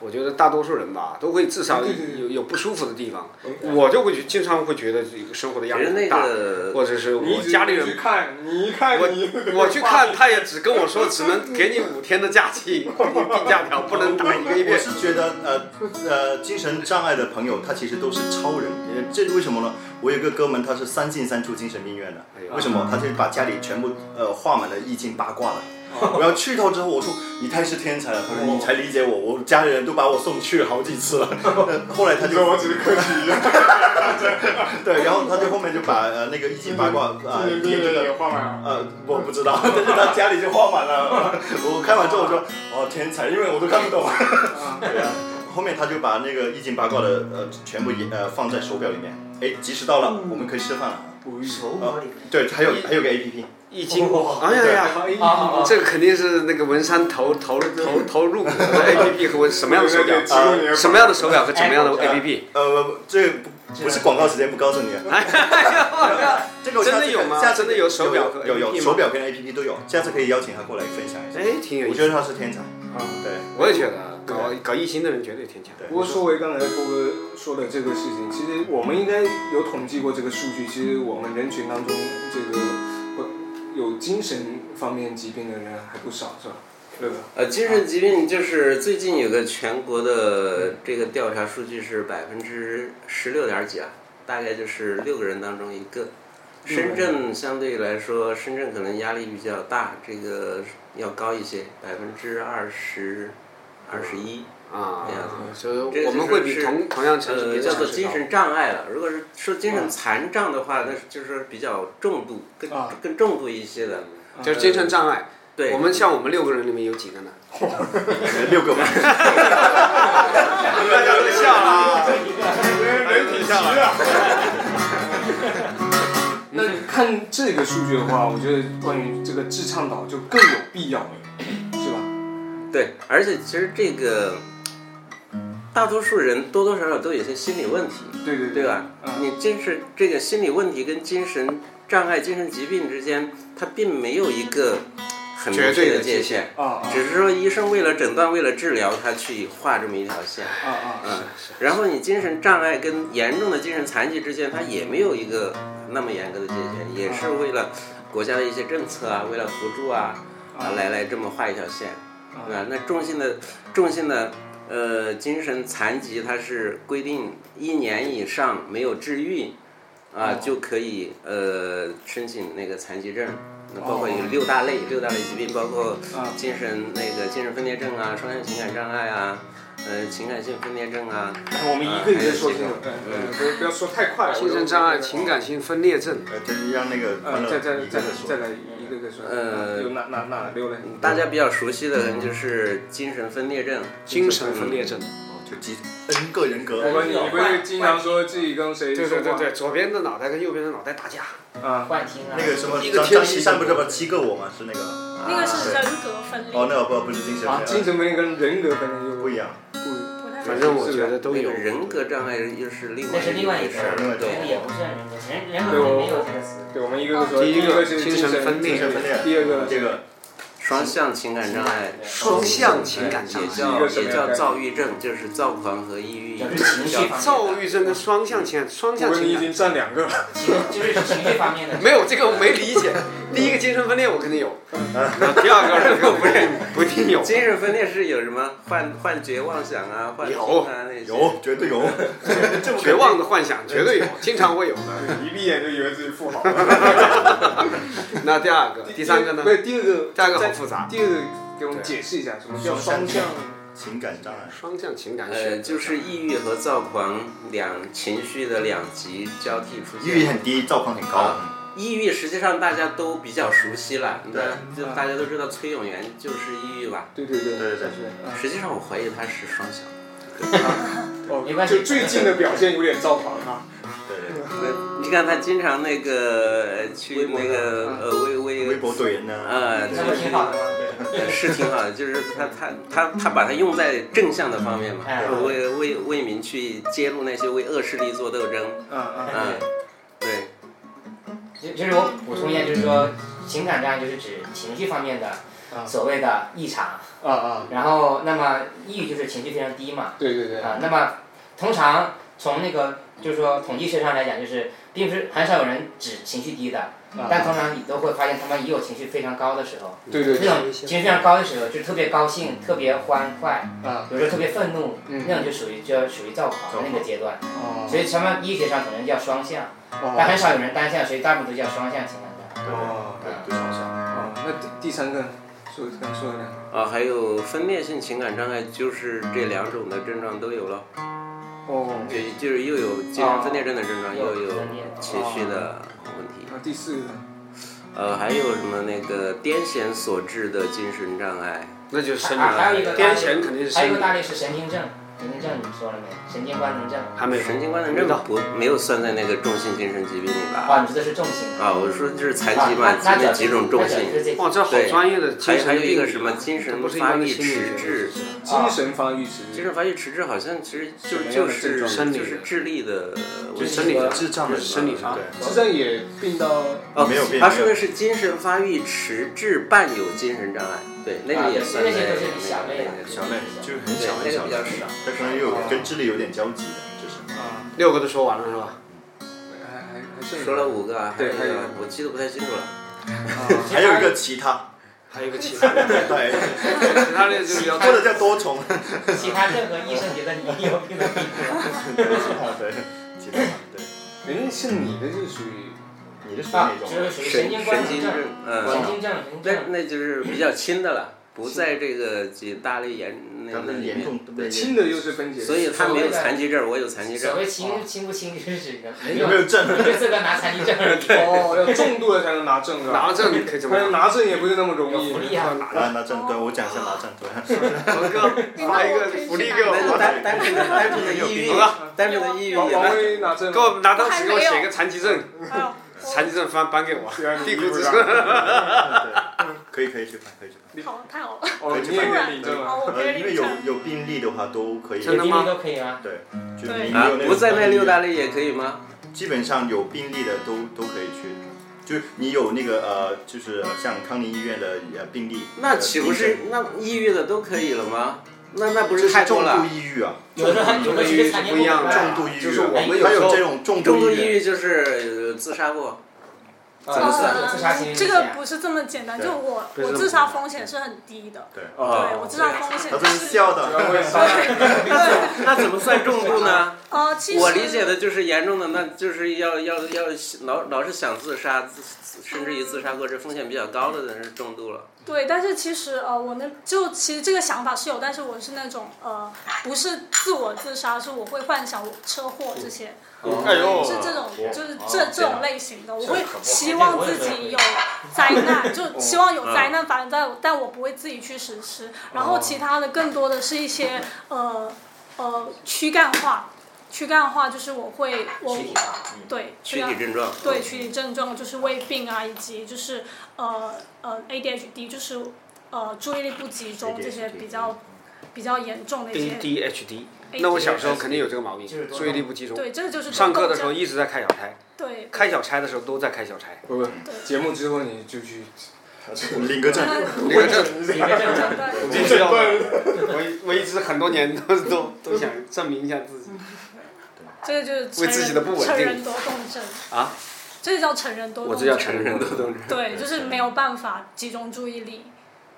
B: 我觉得大多数人吧，都会至少
A: 对对对
B: 有有不舒服的地方。
A: 嗯
B: 我就会觉经常会觉得这个生活的压
C: 其
B: 力
C: 实那
B: 很大，
C: 个
B: 或者是
A: 你
B: 我
A: 一直
B: 家里
A: 去
B: 人。
A: 看，你一看
B: 我
A: 你
B: 我去
A: 啊
B: 看，他也只跟我说只能给你五天的假 期，给你病假条，不能打一个
E: 我
B: 月。
E: 是觉得呃 呃，精神障碍的朋友，他其实都是超人。呃这为什么呢？我有一个哥们，他是三进三出精神病院的
B: 哎呀。
E: 为什么？他就把家里全部呃画满了易经八卦了。
A: 哦
E: 我要去到之后，我说你太是天才了，他说你才理解我，我家里人都把我送去好几 次了。后来他就
A: 我只是客气一下，
E: 对，然后他就后面就把呃那个易经八卦呃研究的
A: 画满了。
E: 呃，我不知道， 但是他家里就画满了。 我看完之后我说，哦，天才，因为我都看不懂。 对啊，后面他就把那个易经八卦的呃全部也呃放在手表里面，哎，及时到了，我们可以吃饭了。
D: 手表里面
E: 对，还有
B: 一
E: 还有个 A P P，
B: 易经，哎呀呀，
D: 啊啊啊！
B: 这个肯定是那个文山投投投投入股的 A P P 和什么样的手表？
A: 啊
B: 什么样的手表和什么样的 A P P？
E: 呃，这不不是广告时间，不告诉你。啊这个我下
B: 真
E: 次
B: 的有吗
E: 下次
B: 真的有手表和
E: 有有
B: APP 吗
E: 有手表跟 A P P 都有，下次可以邀请他过来分享一下。
B: 哎，挺有
E: 我
B: 意
E: 觉
B: 思。
E: 得他是天才，对。
B: 我也觉得搞搞易经的人绝对挺强。
E: 对
A: 不过说回刚才波哥说的这个事情，其实我们应该有统计过这个数据。其实我们人群当中，这个不有精神方面疾病的人还不少，是吧？对 吧？
C: 呃，精神疾病就是最近有个全国的这个调查数据是百分之十六点几啊，大概就是六个人当中一个。深
B: 嗯
C: 圳相对来说，深圳可能压力比较大，这个要高一些，百分之二十、二十一。
B: 啊
C: 哎呀，
B: 所以
C: 这
B: 我们会比
C: 就是
B: 同同样城市
C: 呃
B: 比嗯
C: 叫
B: 城
C: 做
B: 市
C: 精
B: 高。
C: 神障碍了。如果是说精神残障的话，那是就是比较重度，更
A: 啊
C: 更重度一些的。
B: 就是精神障碍。
C: 对，
B: 我们像我们六个人里面有几个呢？
E: 六个吧。
B: 大家都笑了。
A: 人体下来。那看这个数据的话，我觉得关于这个智倡导就更有必要了，是吧？
C: 对，而且其实这个大多数人多多少少都有些心理问题，
A: 对对
C: 对吧？
A: 嗯，
C: 你精神这个心理问题跟精神障碍、精神疾病之间，它并没有一个很明
B: 绝对
C: 确
B: 的
C: 的
B: 界限
C: 界限，
A: 啊啊
C: 只是说医生为了诊断、为了治疗，他去画这么一条线。
A: 啊啊！
C: 嗯，然后你精神障碍跟严重的精神残疾之间，它也没有一个那么严格的界限，也
B: 嗯
C: 是为了国家的一些政策啊，为了扶助啊，啊
B: 嗯
C: 来来这么画一条线，
D: 啊
A: 啊
C: 对吧？那重性的重性的呃精神残疾，它是规定一年以上没有治愈啊、
A: 哦
C: 就可以呃申请那个残疾证。那包括有
D: 哦
C: 六大类，六大类疾病包括
A: 啊
C: 精神那个精神分裂症啊，双向情感障碍啊，呃，情感性分裂症啊，
A: 我们一个一个说清楚，对对，不要不要说太快了。
B: 精神障碍、啊情感性分裂症，
E: 呃，就是让那个欢
A: 嗯，
E: 乐
A: 再再
E: 一个
A: 再
E: 个
A: 再
E: 说。
A: 来一个个说。
C: 呃
A: 有哪哪哪六类？
C: 大家比较熟悉的可能就是精神分裂症，
B: 精神分裂症。
E: 哦就集 N 个人格。
A: 我们你不是经常说自己跟谁
B: 对
A: 说
B: 对对
A: 话
B: 对，左边的脑袋跟右边的脑袋打架。
A: 啊？
D: 幻听啊，
E: 那个什么
B: 一个
E: 张
B: 天
E: 张
B: 使
E: 一山不是把七个我吗？是那个。
C: 嗯
F: 那个
B: 啊
C: 啊
F: 是人格分裂，
E: 哦，那个不不是精神
A: 啊，
E: 分
A: 精
E: 裂，
A: 神分裂跟人格分裂又
E: 不一样。
A: 不
F: 不太
B: 反正我觉得都
C: 那
B: 有
C: 个。人格障碍又是另
D: 那
C: 外
D: 是另外
C: 回
D: 一个
C: 事儿
E: 另外，
D: 那
E: 一个
D: 个
C: 对。
D: 也不算人格，人人格分裂没有这个词。
A: 对，我们一个个说。
B: 第一
A: 一
B: 个
A: 是
B: 精神分裂
E: 精神分裂。
A: 第二个
E: 这个
C: 双向情感障碍，
B: 双向情感啊障
C: 也
B: 碍。
C: 叫也叫躁郁症，就是躁狂和抑郁。
D: 就是情绪方
B: 躁
D: 面
B: 郁症跟双向情感，双
A: 我
B: 向
A: 跟你
B: 情
A: 已
B: 感
A: 经占两个了。
D: 的，情就是情绪方面的。
B: 没有这个我没理解。 嗯第一个精神分裂我肯定有，然后第二个人格不认不一定有。
C: 精神分裂是有什么幻幻觉、妄想啊、幻听啊那些。
E: 嗯有，绝对有。
B: 绝望的幻想绝对有，经常会有的。
A: 一闭眼就以为自己富豪。
B: 那第二个、第三个呢
A: 不？是第二个，
B: 第二个好复杂。
A: 第二个给我们解释一下，什么叫双向？
E: 情感障碍。
B: 双向情感
C: 呃，
B: 学
C: 就是抑郁和躁狂两情绪的两极交替出
E: 抑郁
C: 现。
E: 很低，躁狂很高。
C: 抑郁实际上大家都比较熟悉了，
E: 对
C: 那就大家都知道崔永元就是抑郁吧。
A: 对对对
E: 对对对
A: 对。
C: 实际上我怀疑他是双向。
A: 哦
D: 没关，系
A: 就最近的表现有点躁狂啊。
E: 对对对，
C: 那你看他经常那个呃去那个呃微微
E: 嗯微博怼人呢。
C: 呃，
D: 那不挺好的吗？
C: 是挺好的，啊就是他他他他把它用在正向的方面嘛，
D: 哎
C: 就是为为为民去揭露那些为恶势力做斗争，
A: 嗯
D: 哎
A: 嗯
C: 啊，对，
D: 就就是我补充一下，就是说情感障碍就是指情绪方面的
A: 啊
D: 所谓的异常，
A: 啊啊！
D: 然后那么抑郁就是情绪非常低嘛，
A: 对对对。
D: 啊，那么通常从那个就是说统计学上来讲，就是并不是很少有人指情绪低的，
A: 嗯
D: 但通常你都会发现他们也有情绪非常高的时候，
A: 啊对对
D: 那种情绪非常高的时候，就特别高兴、特别欢快，
A: 啊
D: 有时候特别愤怒，
A: 嗯
D: 那种就属于就属于躁狂的那个阶段，
A: 哦
D: 所以他们医学上可能叫双向，但很少有人单向，所以大部分都叫双向情感障碍。
A: 哦
E: 对，对双向。
A: 哦，那第第三个说刚说的呢？
C: 啊，还有分裂性情感障碍，就是这两种的症状都有了，
A: 哦，
C: 对，就是又有精神分裂症的症状，
D: 哦
C: 又有
D: 分裂
C: 情绪的问题，
A: 啊那第四个呢？
C: 呃，还有什么那个癫痫所致的精神障碍，
B: 那就是生理
D: 还还有一个
B: 癫痫肯定是
D: 还
B: 生
D: 有一个
B: 理，
D: 大类是神经症，神经症你说了没？神经官能症。啊
B: 还没有
C: 神经官能症不没有算在那个重性精神疾病里吧？
D: 啊，你说的是重型。
C: 啊，我说就是残
D: 啊，
C: 疾嘛，
D: 那
C: 那几种重性。
E: 哦
B: 哇，这好专业的精
C: 还
B: 神
C: 还有一个
B: 病啊
C: 什么精神
B: 不是一
C: 发
B: 般的
C: 育
B: 心理学
C: 迟滞，
A: 精神发育迟
C: 精神发育迟滞好像其实
A: 什
C: 就
A: 么样
C: 就
A: 的症
C: 是
A: 状
B: 生理
C: 就
B: 的
C: 是智力的问
B: 就是
C: 题，啊
B: 生理上，
E: 智障的
B: 就是生理上。
E: 对
A: 实际上啊也病到
C: 哦
E: 没有病
C: 他说的是精神发育迟滞伴有精神障碍，对，那
D: 啊
C: 个也算
D: 那
C: 在
D: 些
C: 那
D: 都
C: 个
D: 是小啊类的
C: 那个
E: 小类就是
C: 对
E: 很小，很
C: 那个
E: 小
C: 比
E: 的
C: 较，少。
E: 它可能也有跟智力有点交集的，就是
A: 啊，
B: 六个都说完了是吧？
A: 还还还剩
C: 说了五个啊，还有
A: 对
C: 一
A: 还有
C: 个我记得不太清楚了。
A: 啊
E: 还有一个其他，
B: 还有一个其他的，
E: 对，
B: 其他的就比较
E: 或 者叫多重，
D: 其他任何医生觉得你有病的地 方。
E: 对，其他，对，
A: 人家是你的就属于
E: 你是属于
D: 啊
E: 哪，种
D: 就是属于神
C: 神
D: 经官
C: 神
D: 能
C: 经
D: 症
C: 症，，
D: 神
C: 嗯，
D: 经症，神经
C: 那
D: 症。
C: 那就是比较轻的了，不在这个几大类严那
E: 咱
C: 个
E: 们
C: 里
E: 严重
C: 面，
E: 对
A: 轻的又是分解，
C: 所以他没有残疾证，我有残疾
D: 所
C: 证。
D: 谓轻轻不轻，就是指的没
E: 哎有没有证？
D: 没有资格拿残疾 证而已。
A: 哦，要重度的才能拿证的，
B: 拿证可以怎么
A: 但是
B: 样？
A: 拿证也不是那么容易
D: 有福。利啊！
E: 拿拿证，对我讲一下拿证，对，
B: 鹏哥发一个福利给
C: 但是
B: 我，
C: 单单纯的单纯的抑郁
B: 好，
C: 单纯的抑郁
A: 王
C: 也
A: 王
C: 能
A: 威拿证
B: 给我拿当时给我写个残疾证，
F: 还有
B: 残疾证颁颁给我
A: 虽 然，你
B: 地
A: 衣
B: 库
A: 服
B: 之
A: 上
B: 声。
E: 可以可以去拍，可以去拍。
F: 好，太好了，
A: 哦，你也可以领证啊。
F: 好，我可
E: 呃，
F: 以
E: 因为有有病例的话都可以，
B: 真的
D: 你
B: 吗
D: 都可以吗？
E: 对，就
F: 对
E: 你
C: 啊
E: 有，
C: 不在那六大
E: 类，
C: 类也可以吗？
E: 基本上有病例的都都可以去。就是你有那个呃，就是像康宁医院的呃病例，
C: 那岂不
E: 呃
C: 是
E: 病
C: 那抑郁的都可以了吗？那那不
E: 例这
C: 是太
E: 是重
C: 多
E: 度
C: 了？
E: 抑郁啊？
D: 有的
B: 重度
D: 有的
B: 抑郁是
D: 是残疾
B: 不一样
D: 不
B: 的
D: 能
E: 重
D: 办
E: 度抑郁啊，
A: 就是我
D: 们有
E: 还
A: 时候
E: 有这种重
C: 重度
E: 度
C: 抑
E: 抑
C: 郁就是呃自杀过，
A: 啊
D: 怎么算
F: 呃
D: 自杀行为
F: 这
D: 这
F: 个
D: 样
F: 不是这么简单，
E: 对
F: 就我
B: 不是
F: 我
B: 这么
F: 自杀风险是很低的，
C: 啊
F: 对我自杀风险
E: 他
F: 就
E: 这是笑
A: 然后
E: 的，
A: 会杀
C: 那怎么算重度 呢？
F: 呃，其实
C: 我理解的就是严重的，那就是要要要老老是想自杀，自自甚至于自杀过这风险比较高的人是重度了。
F: 对，但是其实呃，我那就其实这个想法是有，但是我是那种呃，不是自我自杀，是我会幻想我车祸这些，
B: 哎呦
F: 是这种就是这这种类型的，我会
D: 哦这可不好嗯
F: 希望自己有灾难，就希望有灾难发生在我，但我不会自己去实施。然后其他的更多的是一些呃呃躯干化，躯干化就是我会我
D: 躯体化，嗯
F: 对啊
C: 躯
F: 这
C: 体
F: 个
C: 症状，
F: 对躯体症状就是胃病啊，以及就是呃呃 ADHD，就是呃注意力不集中
E: ADHD
F: 这些比
D: 嗯
F: 较比较严重的一 些。
B: ADHD，那我小时候肯定有这个毛病
D: 就是，多动
B: 注意力不集中。
F: 对，这个就是
B: 上
F: 多
B: 课
F: 动
B: 的时候
F: 症
B: 一直在开小差，
F: 对
B: 开小差的时候都在开小差。
A: 不不，节目之后你就去
E: 领个证，
B: 领个证，
D: 你们正常
F: 对
B: 我不知道我我一直很多年都都都想证明一下自己。
F: 这个就是成
B: 为自己
F: 人
B: 的不稳定
F: 成人多动症
B: 啊，
F: 这叫成人多
B: 我
F: 动
B: 这
F: 症
B: 叫，成人多动症，
F: 对，就是没有办法集中注意力，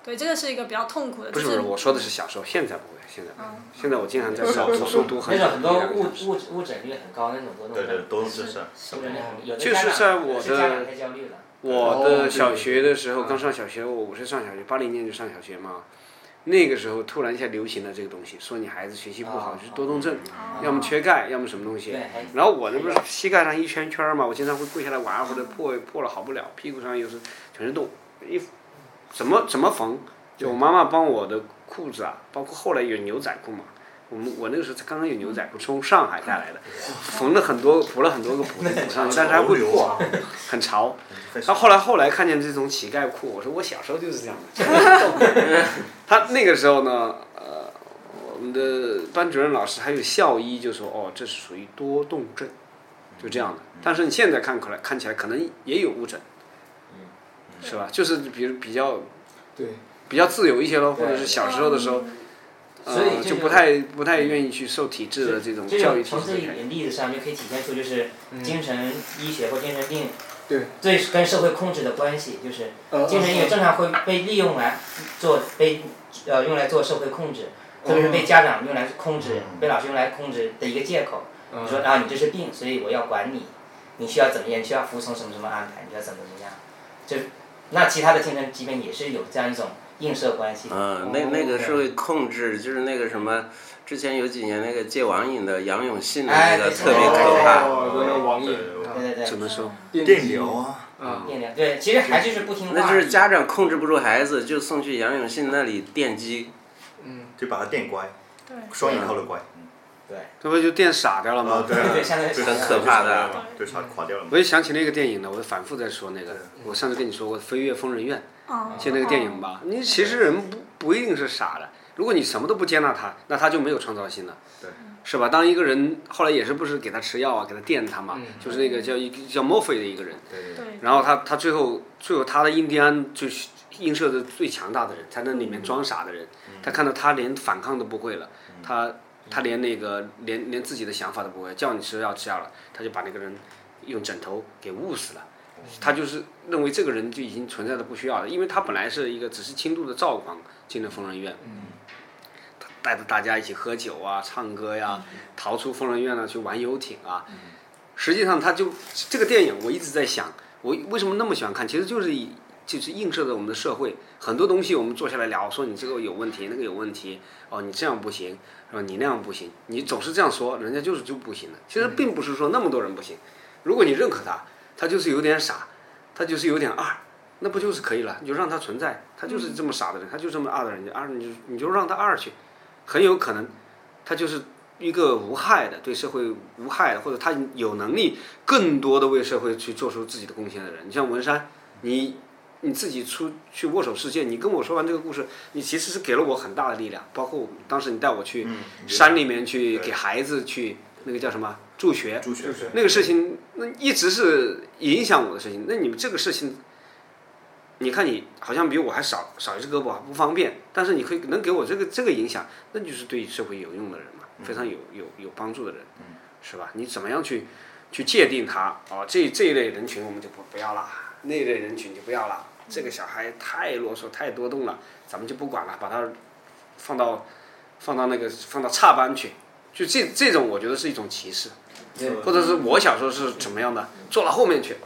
F: 对，这个是一个比较痛苦的，
B: 不
F: 就是
B: 不是，我说的是小时候，现在不会，现在不会
F: 哦，
B: 现在我经常在手手术读很
D: 那种 很多误
B: 多。
D: 误误诊率很高那种多动
E: 对对，
D: 症，
E: 多动症是。
D: 误诊率很有的
B: 就是
D: 家长
B: 在我
D: 有的
B: 的
D: 家
B: 嗯
D: 长太焦虑了，
B: 我的小学的
D: 嗯
B: 时候，刚上小学，我我是上小学，八零年就上小学嘛。那个时候突然一下流行了这个东西，说你孩子学习不好
D: 哦
B: 就是多动症，
F: 哦
B: 要么缺钙，要么什么东西
D: 对。还
B: 然后我那不是膝盖上一圈圈儿嘛，我经常会跪下来玩，或者破破了好不了，屁股上又是全是洞，一怎么怎么缝？就我妈妈帮我的裤子啊，包括后来有牛仔裤嘛，我们我那个时候刚刚有牛仔裤，从上海带来的，缝了很多，补了很多个补补上去，但是还会破，啊很潮。然后后来后来看见这种乞丐裤，我说我小时候就是这样的。 他那个时候呢，呃，我们的班主任老师还有校医就说，哦，这是属于多动症，就这样的。但是你现在看过来看起来可能也有误诊，嗯是吧？就是比如比较
A: 对
B: 比较自由一些咯，或
D: 对
B: 者是小时候的时候，
D: 所以
B: 呃，
D: 这
B: 就
D: 个
B: 不太不太愿意去受体制的这种
D: 这
B: 教
D: 种
B: 育体
D: 从
B: 制
D: 这
B: 的嗯
D: 一
B: 影响。
D: 点例子上就可以体现出，就是精神医学或精神病
A: 对
D: 对跟社会控制的关系，就是
A: 呃
D: 精神也
A: 有
D: 正常会被利用来做被呃用来做社会控制，特别是被家长用来控制，
B: 嗯
D: 被老师用来控制的一个借口。你说啊，你这是病，所以我要管你，你需要怎么样，你需要服从什么什么安排，你需要怎么怎么样，就那其他的精神疾病也是有这样一种映射关系。
C: 嗯，那那个是会控制，就是那个什么，之前有几年那个戒网瘾的杨永信的那
D: 哎
C: 个
D: 对
C: 特别
D: 对对
C: 可
D: 对
C: 怕。
A: 呃哦，那个网瘾
D: 对对对，
B: 怎么说？
E: 电流啊，
A: 啊，
D: 电疗对，其实还就是不听话。
C: 那就是家长控制不住孩子，就送去杨永信那里电击。
E: 就把它电乖，
F: 对
E: 双引号的乖，
B: 这不就电傻掉了吗？
E: 啊对
D: 对，相当于
C: 很可怕的啊
E: 就差垮掉了嘛。
B: 我也想起那个电影了，我反复在说那个，我上次跟你说过《飞越疯人院》，
F: 啊，
B: 就那个电影吧。你其实人不不一定是傻的，如果你什么都不接纳他，那他就没有创造性了，
E: 对，
B: 是吧？当一个人后来也是不是给他吃药啊，给他电他嘛，就是那个叫一叫墨菲的一个人，
E: 对对，
F: 哦对
B: 然后他他最后最后他的印第安就是映射的最强大的人，在那里面装傻的人，他看到他连反抗都不会了，他他连那个连连自己的想法都不会，叫你吃药吃药了，他就把那个人用枕头给捂死了。他就是认为这个人就已经存在的不需要了，因为他本来是一个只是轻度的躁狂进了疯人院，他带着大家一起喝酒啊、唱歌呀、逃出疯人院呢、去玩游艇啊。实际上，他就这个电影我一直在想，我为什么那么喜欢看？其实就是以就是映射着我们的社会，很多东西我们坐下来聊，说你这个有问题，那个有问题，哦，你这样不行，然后你那样不行，你总是这样说，人家就是就不行了。其实并不是说那么多人不行，如果你认可他，他就是有点傻，他就是有点二，那不就是可以了？你就让他存在，他就是这么傻的人，他就这么二的人，二你就你就让他二去，很有可能他就是一个无害的，对社会无害的，或者他有能力更多的为社会去做出自己的贡献的人。你像文山，你你自己出去握手事件，你跟我说完这个故事，你其实是给了我很大的力量。包括当时你带我去山里面去给孩子去那个叫什么助学，
E: 助学
B: 那个事情，那一直是影响我的事情。那你们这个事情，你看你好像比我还少少一只胳膊，不方便，但是你可以能给我这个这个影响，那就是对社会有用的人嘛，非常有有有帮助的人，是吧？你怎么样去去界定他啊、哦这这一类人群我们就不不要了，那一类人群就不要了。这个小孩太啰嗦，太多动了，咱们就不管了，把他放到放到那个放到差班去。就这这种，我觉得是一种歧视。或者是我小时候是怎么样的，坐到后面去。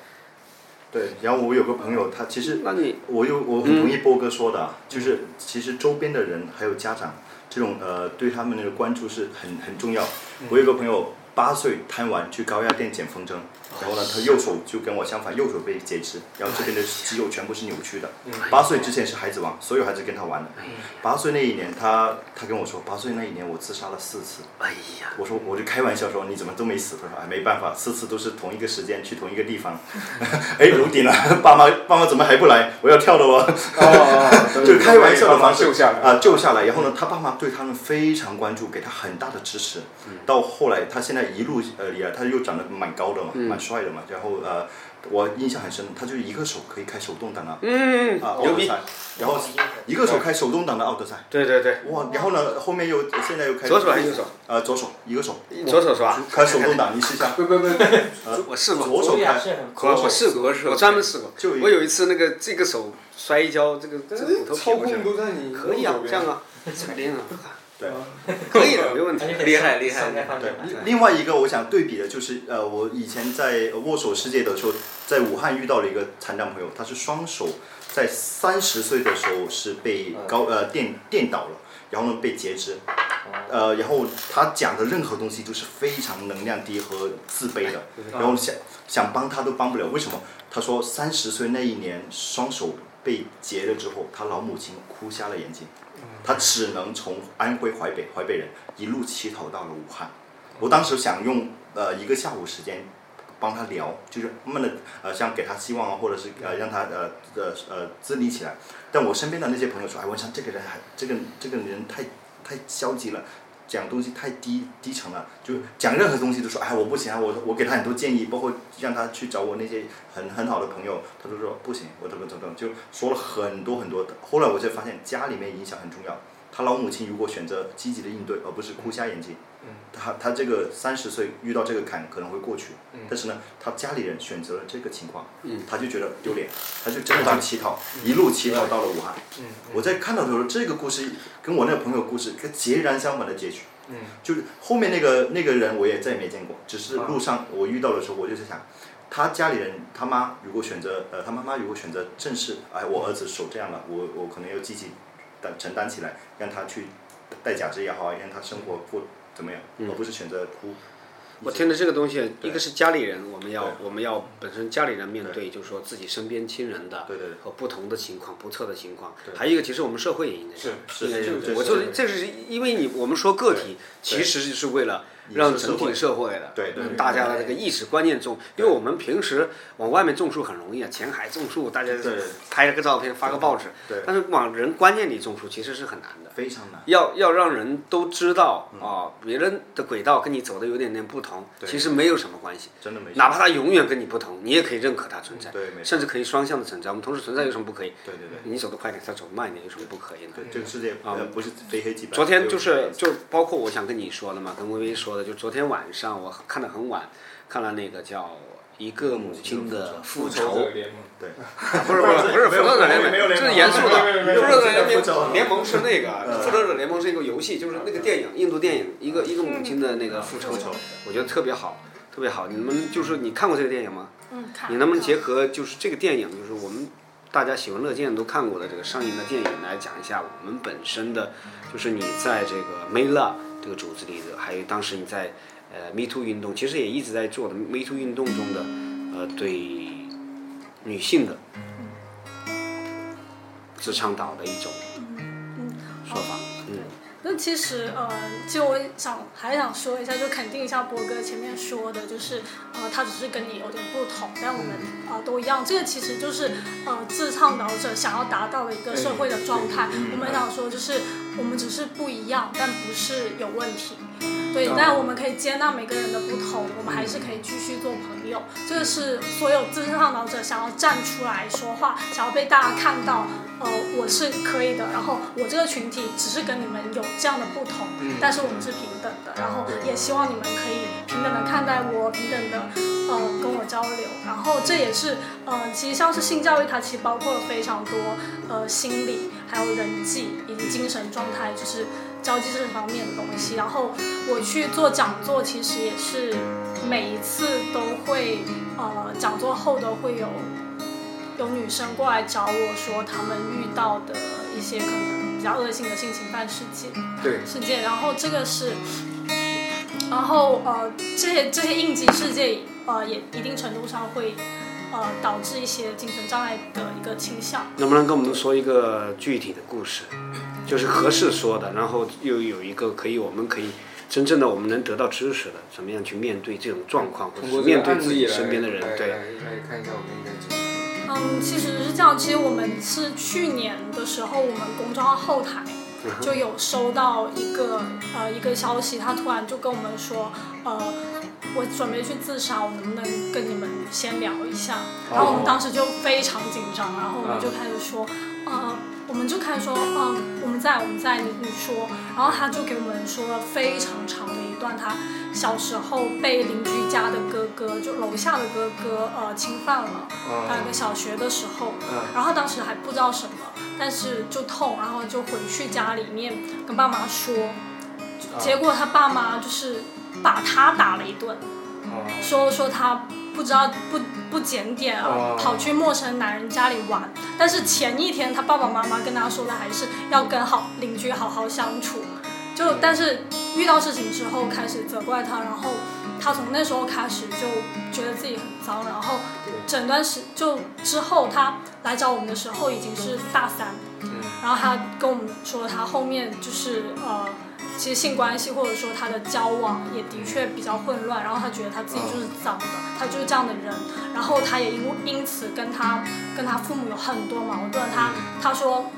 E: 对，然后我有个朋友，他其实
B: 那你
E: 我有我很同意波哥说的
B: 嗯
E: 啊，就是其实周边的人还有家长，这种呃对他们的关注是很很重要。
B: 嗯
E: 我有个朋友八岁贪玩去高压电剪风筝，
B: 哦
E: 然后呢他右手就跟我相反，右手被截肢，然后这边的肌肉全部是扭曲的。
B: 嗯
E: 八岁之前是孩子王，所有孩子跟他玩的。
B: 哎
E: 八岁那一年他他跟我说，八岁那一年我自杀了四次。
B: 哎呀，
E: 我说我就开玩笑说你怎么都没死？他说哎没办法，四次都是同一个时间去同一个地方，哎楼顶了，爸妈爸妈怎么还不来？我要跳了哦，
A: 哦
E: 就是开玩笑的方式
A: 救下来
E: 啊救下来。然后呢，他爸妈对他们非常关注，给他很大的支持。到后来他现在一路呃也他又长得蛮高的嘛，蛮帅的嘛，然后呃。我印象很深，他就一个手可以开手动挡啊，嗯，啊，奥
B: 牛
E: 德
B: 逼
E: 赛，然后一个手开手动挡的奥德赛，
B: 对对对，
E: 哇，然后呢，后面又现在又开
B: 左手还是右手？
E: 呃，左手一个手，
B: 左手是吧？
E: 开手动挡，你试一下。
A: 不不不，
B: 我试过，
E: 左手
D: 也
E: 开，
D: 啊是很
B: 我我试过，我专门试过
E: 就。一
B: 我有一次那个这个手摔一跤，这个这个骨头
A: 操
B: 撇过去
A: 控
B: 了，
A: 都在你
B: 可以啊，
A: 右
B: 这
A: 手
B: 样
A: 边
B: 啊，踩练啊，
E: 对。
B: 可以的，没问题
D: 而。且
C: 厉害厉害
D: 上在方面吧
E: 另另外一个我想对比的就是，呃，我以前在握手世界的时候，在武汉遇到了一个残障朋友，他是双手，在三十岁的时候是被高呃电电倒了，然后呢被截肢，呃，然后他讲的任何东西都是非常能量低和自卑的，然后想想帮他都帮不了，为什么？他说三十岁那一年双手被截了之后，他老母亲哭瞎了眼睛，他只能从安徽淮北淮北人一路乞讨到了武汉。我当时想用呃一个下午时间帮他聊，就是慢慢的呃像给他希望啊，或者是呃让他呃呃呃自立起来。但我身边的那些朋友说，哎，文山这个人还这个这个人太太消极了。讲东西太低低沉了，就讲任何东西都说，哎，我不行啊，我我给他很多建议，包括让他去找我那些很很好的朋友，他都说不行，我怎么怎么怎么，就说了很多很多的。后来我才发现家里面影响很重要，他老母亲如果选择积极的应对，而不是哭瞎眼睛，他他这个三十岁遇到这个坎可能会过去，但是呢，他家里人选择了这个情况，他就觉得丢脸，他就真的就乞讨，一路乞讨到了武汉。我在看到的时候，这个故事跟我那个朋友故事跟截然相反的结局。就是后面那个那个人我也再也没见过，只是路上我遇到的时候，我就在想，他家里人他妈如果选择呃他妈妈如果选择正视，哎我儿子手这样了，我我可能要积极担承担起来，让他去戴假肢也好，啊让他生活过怎么样，
B: 嗯
E: 而不是选择哭。
B: 我听的这个东西，
E: 对
B: 一个是家里人，我们要
E: 对
B: 我们要本身家里人面对，就是说自己身边亲人的
E: 对对对
B: 和不同的情况、不测的情况，
E: 对
B: 还有一个其实我们社会也应该是
E: 是
B: 应该
E: 是
B: 是
E: 是
B: 我就是这是因为你我们说个体，其实就是为了让整体社会的嗯
E: 对对对
B: 大家的这个意识观念中，因为我们平时往外面种树很容易啊，前海种树，大家
E: 对
B: 拍了个照片发个报纸，
E: 对
B: 但是往人观念里种树其实是很难的。
E: 非常难。
B: 要要让人都知道
E: 嗯
B: 啊、别人的轨道跟你走的有点点不同，其实没有什么关系，
E: 真的没什么嗯
B: 哪怕他永远跟你不同，你也可以认可他存在，
E: 对没错
B: 甚至可以双向的存在。我们同时存在有什么不可以？
E: 对对对
B: 你走得快点，他走得慢一点，有什么不可以呢？
E: 对，这个世界呃不是非黑即白。
B: 嗯啊昨天就
E: 没有
B: 是
E: 黑即
B: 就包括我想跟你说的嘛，跟微微说的，就昨天晚上我看的很晚，看了那个叫《一个母亲的复仇》啊
A: 复仇者
E: 嗯
A: 联盟
B: 不是不是不是复仇者联
E: 没有
B: 盟，
E: 联盟
B: 这是严肃的。
A: 没有没有没有
B: 复仇者联
E: 没有复仇嗯
B: 盟联盟是那个，复仇者联盟是一个游戏，就是那个电影，印度电影，一个一个母亲的那个复仇
E: 嗯复仇，
B: 我觉得特别好，特别好。你们就是你看过这个电影吗？
F: 嗯，看
B: 你能不能结合就是这个电影，就是我们大家喜闻乐见都看过的这个上映的电影来讲一下我们本身的，就是你在这个 m e l a 这个组织里的，还有当时你在呃 Me Too 运动，其实也一直在做的 Me Too 运动中的呃对女性的职场岛的一种说法，嗯。
F: 那其实，呃，其实我想还想说一下，就肯定一下波哥前面说的，就是，呃，他只是跟你有点不同，但我们啊、呃、都一样。这个其实就是，呃，自倡导者想要达到的一个社会的状态。我们想说，就是我们只是不一样，但不是有问题。对，但我们可以接纳每个人的不同，我们还是可以继续做朋友。这个是所有自倡导者想要站出来说话，想要被大家看到，呃，我是可以的。然后我这个群体只是跟你们有这样的不同，但是我们是平等的。然后也希望你们可以平等的看待我，平等的呃跟我交流。然后这也是呃，其实像是性教育，它其实包括了非常多呃心理，还有人际以及精神状态，就是。交际这方面的东西。然后我去做讲座，其实也是每一次都会，呃，讲座后都会有有女生过来找我说她们遇到的一些可能比较恶性的性侵犯事件
A: 对，
F: 事件。然后这个是，然后呃，这些这些应急事件，呃，也一定程度上会。呃，导致一些精神障碍的一个倾向。
B: 能不能跟我们说一个具体的故事，就是合适说的，然后又有一个可以我们可以真正的我们能得到知识的，怎么样去面对这种状况，或者
A: 通
B: 是
A: 过这
B: 面
A: 个
B: 对
A: 案
B: 自
A: 例
B: 己
A: 来
B: 身边的人
A: 来，来
B: 对，
A: 来看一下我们应该怎么。
F: 嗯，其实是这样。其实我们是去年的时候，我们公众号后台就有收到一个呃一个消息，他突然就跟我们说，呃，我准备去自杀，我能不能跟你们先聊一下？然后我们当时就非常紧张，然后我们就开始说，呃，我们就开始说，嗯、我们在，我们在，你你说。然后他就给我们说了非常长的一段他小时候被邻居家的哥哥，就楼下的哥哥呃侵犯了。
A: 嗯
F: 大概呃小学的时候，然后当时还不知道什么，但是就痛，然后就回去家里面跟爸妈说，
A: 嗯啊
F: 结果他爸妈就是把他打了一顿，说说他不知道不不检点啊
A: 哦，
F: 跑去陌生男人家里玩，但是前一天他爸爸妈妈跟他说的还是要跟好邻居好好相处，就但是遇到事情之后开始责怪他，然后他从那时候开始就觉得自己很脏，然后整段时就之后他来找我们的时候已经是大三，然后他跟我们说他后面就是呃。其实性关系或者说他的交往也的确比较混乱，然后他觉得他自己就是脏的，他就是这样的人，然后他也因因此跟他跟他父母有很多矛盾，他他说，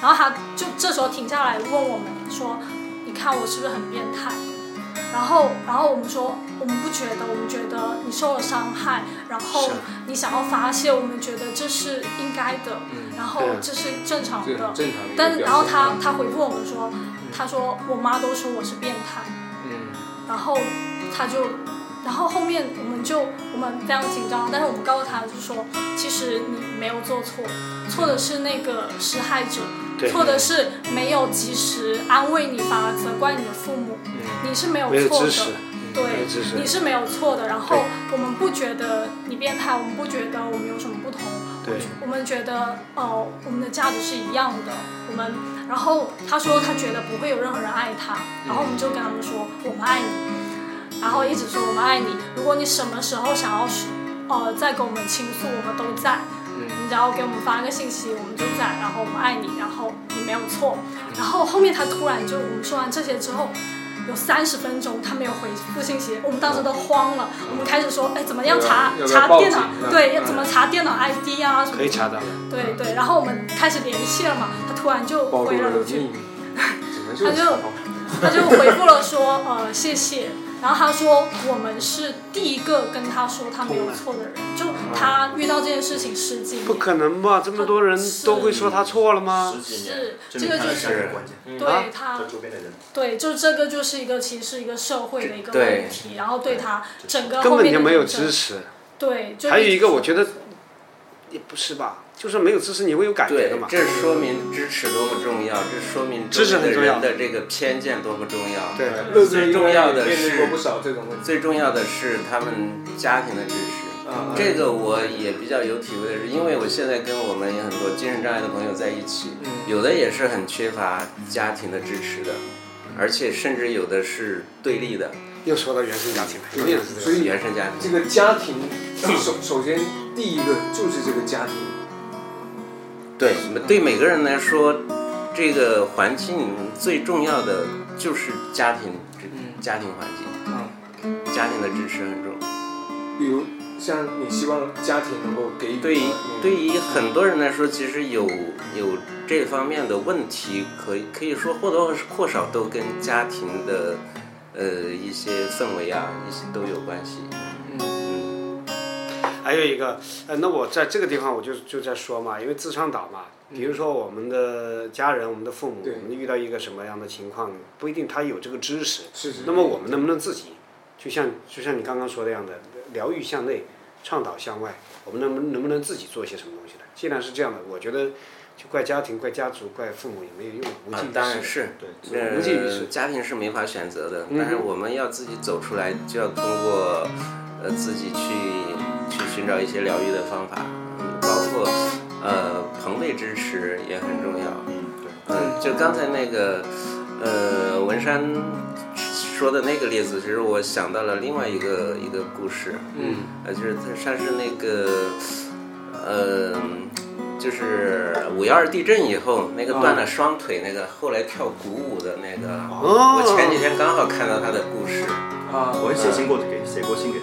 F: 然后他就这时候停下来问我们说，你看我是不是很变态？然后，然后我们说，我们不觉得，我们觉得你受了伤害，然后你想要发泄，我们觉得这是应该的，然后
B: 对
F: 这是正常
A: 这
F: 的
A: 很。正常的一个
F: 但是
A: 表
F: 然后
A: 现
F: 他他回复我们说，他说我妈都说我是变态，
A: 嗯
F: 然后他就，然后后面我们就我们非常紧张，但是我们告诉他就是说，其实你没有做错，错的是那个施害者，
B: 对
F: 错的是没有及时安慰你，反而责怪你的父母，你是没有
B: 嗯没有
F: 错
B: 知
F: 的
B: 识，
A: 嗯
B: 没有
F: 对，
B: 知识
F: 你是没有错的。然后
B: 对
F: 我们不觉得你变态，我们不觉得我们有什么不同，
B: 对，
F: 我们觉得呃我们的价值是一样的。我们然后他说他觉得不会有任何人爱他，
A: 嗯
F: 然后我们就跟他们说我们爱你，然后一直说我们爱你。如果你什么时候想要呃再跟我们倾诉，我们都在。
A: 嗯
F: 你只要给我们发一个信息，我们就在，然后我们爱你，然后你没有错。然后后面他突然就我们说完这些之后，有三十分钟他没有回复信息，我们当时都慌了，
A: 嗯
F: 我们开始说，哎，怎么样查
A: 要不要
F: 查
A: 报
F: 电
A: 警
F: 脑
A: 嗯？
F: 对，要怎么查电脑 ID 啊什么
B: 可以？查到，
F: 对对，然后我们开始联系了嘛，他突然就
A: 暴露
F: 回
A: 了
F: 了一
A: 秘
F: 句
A: 密，， 只能就是
F: 他就他就回复了说， 呃，谢谢。然后他说，我们是第一个跟他说他没有错的人，就他遇到这件事情十几年，
B: 哦不可能吧？这么多人都会说他错了吗
E: 十？几年
F: 是，
E: 证
F: 这
E: 明
F: 个
E: 他
F: 就
E: 的
F: 是
E: 价值观
B: 嗯
E: 键，
F: 对他
E: 和周边的人。
F: 对，就这个就是一个其实是一个社会的一个
C: 对
F: 问题，然后对他整个
B: 根
F: 后
B: 本
F: 面
B: 就
F: 的
B: 没有
F: 人生
B: 支持。
F: 对，就
B: 还有一个，我觉得也不是吧，就是没有知识你会有感觉
C: 对
B: 的嘛，。
C: 这是说明支持多么重要，这说明周
B: 支持
C: 围的
B: 很重要
C: 人的这个偏见多么重要。
B: 对，
A: 乐哥
C: 最重要的
A: 面对
C: 是
A: 过不少这种问题。
C: 最重要的是他们家庭的支持。
B: 嗯
A: 啊
C: 这个我也比较有体会的是，因为我现在跟我们很多精神障碍的朋友在一起，
B: 嗯
C: 有的也是很缺乏家庭的支持的，而且甚至有的是对立的
B: 又说到原生家庭了，永远是这
A: 所
B: 样。
A: 以
C: 原生家
A: 这
C: 庭。
A: 个家庭，首首先第一个就是这个家庭，
C: 对，对每个人来说，这个环境最重要的就是家庭，
A: 嗯
C: 家庭环境，
A: 啊，
C: 家庭的支持很重要。
A: 比如像你希望家庭能够给予
C: 对于
A: 你
C: 对于很多人来说，其实有有这方面的问题，可以可以说或多或少都跟家庭的呃一些氛围啊，一些都有关系。嗯，
B: 还有一个，呃，那我在这个地方我就就在说嘛，因为自倡导嘛，比
C: 嗯
B: 如说我们的家人、我们的父母，
A: 对
B: 我们遇到一个什么样的情况，不一定他有这个知识，
A: 是是
C: 嗯
B: 那么我们能不能自己，就像就像你刚刚说的样的，疗愈向内，倡导向外，我们能不能不能自己做一些什么东西呢？既然是这样的，我觉得就怪家庭、怪家族、怪父母也没有用，无济
C: 啊
B: 于，
C: 当
B: 事
C: 然是，
B: 对
C: 呃嗯
B: 无济于事。
C: 家庭是没法选择的，但是我们要自己走出来，就要通过呃自己去去寻找一些疗愈的方法，嗯包括呃朋辈支持也很重要。
E: 嗯，对。
C: 嗯，就刚才那个，呃，文山说的那个例子，其实我想到了另外一个一个故事，
A: 嗯
C: 呃，就是它算是那个，呃，就是五幺二地震以后，那个断了双腿那个，后来跳鼓舞的那个，
B: 哦
C: 我前几天刚好看到他的故事，
A: 啊
E: 我也写信过给，写过信给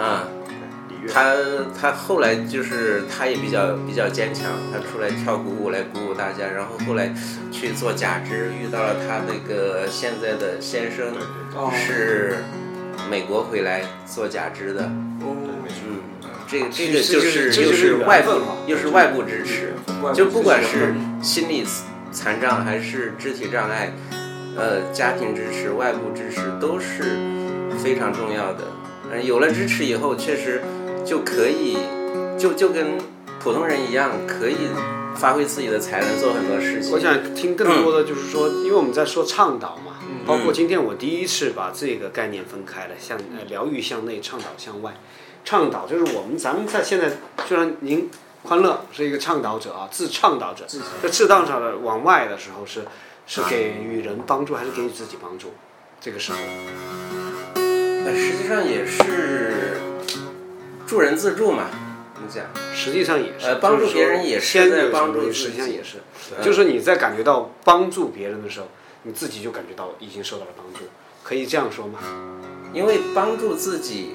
C: 啊、
E: 嗯李月。
C: 他他后来就是他也比较比较坚强，他出来跳鼓舞来鼓舞大家，然后后来去做假肢，遇到了他那个现在的先生
E: 对对
A: 哦
C: 是美国回来做假肢的，
E: 对，没
A: 哦，
E: 错。
C: 嗯，这个这
B: 其
C: 个
B: 实就
C: 就是是
B: 这
C: 又
B: 就是
C: 是
B: 缘
C: 外部
B: 分嘛
C: 又是外部支持，
A: 怪
C: 就不管
A: 这
C: 是心理残障还是肢体障碍，呃，家庭支持、外部支持都是非常重要的。嗯，有了支持以后，确实就可以，就就跟普通人一样，可以发挥自己的才能，做很多事情。
B: 我想听更多的
C: 嗯
B: 就是说，因为我们在说倡导嘛，包括今天我第一次把这个概念分开了，向呃疗愈向内，倡导向外。倡导就是我们咱们在现在，虽然您欢乐是一个倡导者啊，自倡导者，这自倡导者往外的时候是是给予人帮助还是给予自己帮助？这个时候，
C: 呃实际上也是助人自助嘛，你讲，
B: 实际上也是，
C: 呃帮助
B: 就是说
C: 别人也是
B: 先
C: 在
B: 有
C: 帮
B: 什么
C: 助
B: 东西实际上
C: 自己
B: 也是，就是说你在感觉到帮助别人的时候，你自己就感觉到已经受到了帮助，可以这样说吗？
C: 因为帮助自己，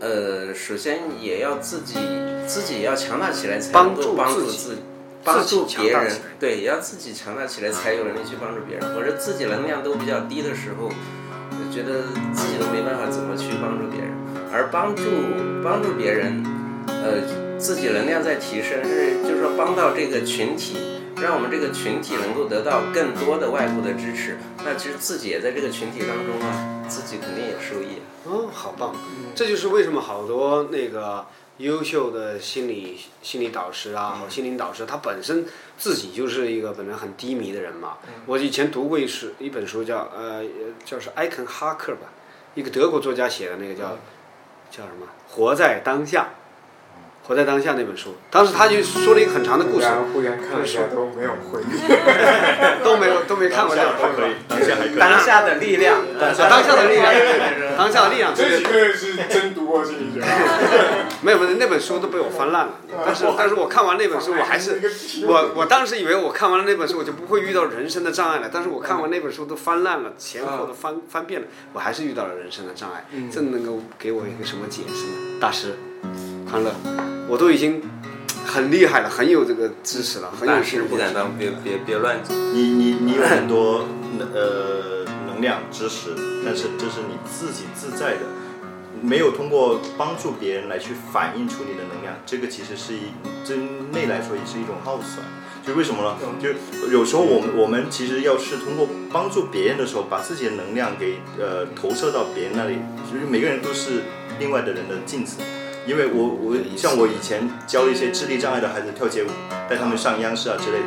C: 呃，首先也要自己自己要强大起来，才能够
B: 帮
C: 帮
B: 助
C: 助
B: 自己
C: 自帮助别
B: 强大
C: 人
B: 起来，
C: 对，也要自己强大起来，才有能力去帮助别人。或者自己能量都比较低的时候，我觉得自己都没办法怎么去帮助别人，而帮助帮助别人，呃，自己能量在提升，是就是说帮到这个群体。让我们这个群体能够得到更多的外部的支持，那其实自己也在这个群体当中啊，自己肯定也受益啊。
B: 哦，好棒！这就是为什么好多那个优秀的心理心理导师啊，心灵导师，他本身自己就是一个本来很低迷的人嘛。我以前读过一是一本书叫呃叫是艾肯哈克吧，一个德国作家写的那个叫叫什么《活在当下》，活在当下那本书，当时他就说了一个很长的故
A: 忽
B: 事，
A: 然忽然看了一下都没有回忆，
B: 都没有都没看过那
E: 当
B: 本
E: 下还可
B: 书。，
E: 以当下还可以。
C: 当下的力量，
B: 当下的力量，当下的力量，这
G: 这
B: 个
G: 几个人是真读
A: 啊
G: 过心理学，
B: 没有没有，那本书都被我翻烂了。但是但是我看完那本书，我 还是我我当时以为我看完了那本书，我就不会遇到人生的障碍了。但是我看完那本书都翻烂了，前后都翻翻遍了，我还是遇到了人生的障碍。这能够给我一个什么解释呢？大师，欢乐，我都已经很厉害了，很有这个知识了，很有
C: 大
B: 心
C: 师
B: 理
C: 不敢当，别别别乱讲。
E: 你你你有很多呃能量知识，但是这是你自己自在的，没有通过帮助别人来去反映出你的能量，这个其实是一真内来说也是一种耗损。就为什么呢？就有时候我们我们其实要是通过帮助别人的时候，把自己的能量给呃投射到别人那里，就是每个人都是另外的人的镜子。因为我我像我以前教一些智力障碍的孩子跳街舞，带他们上央视啊之类的，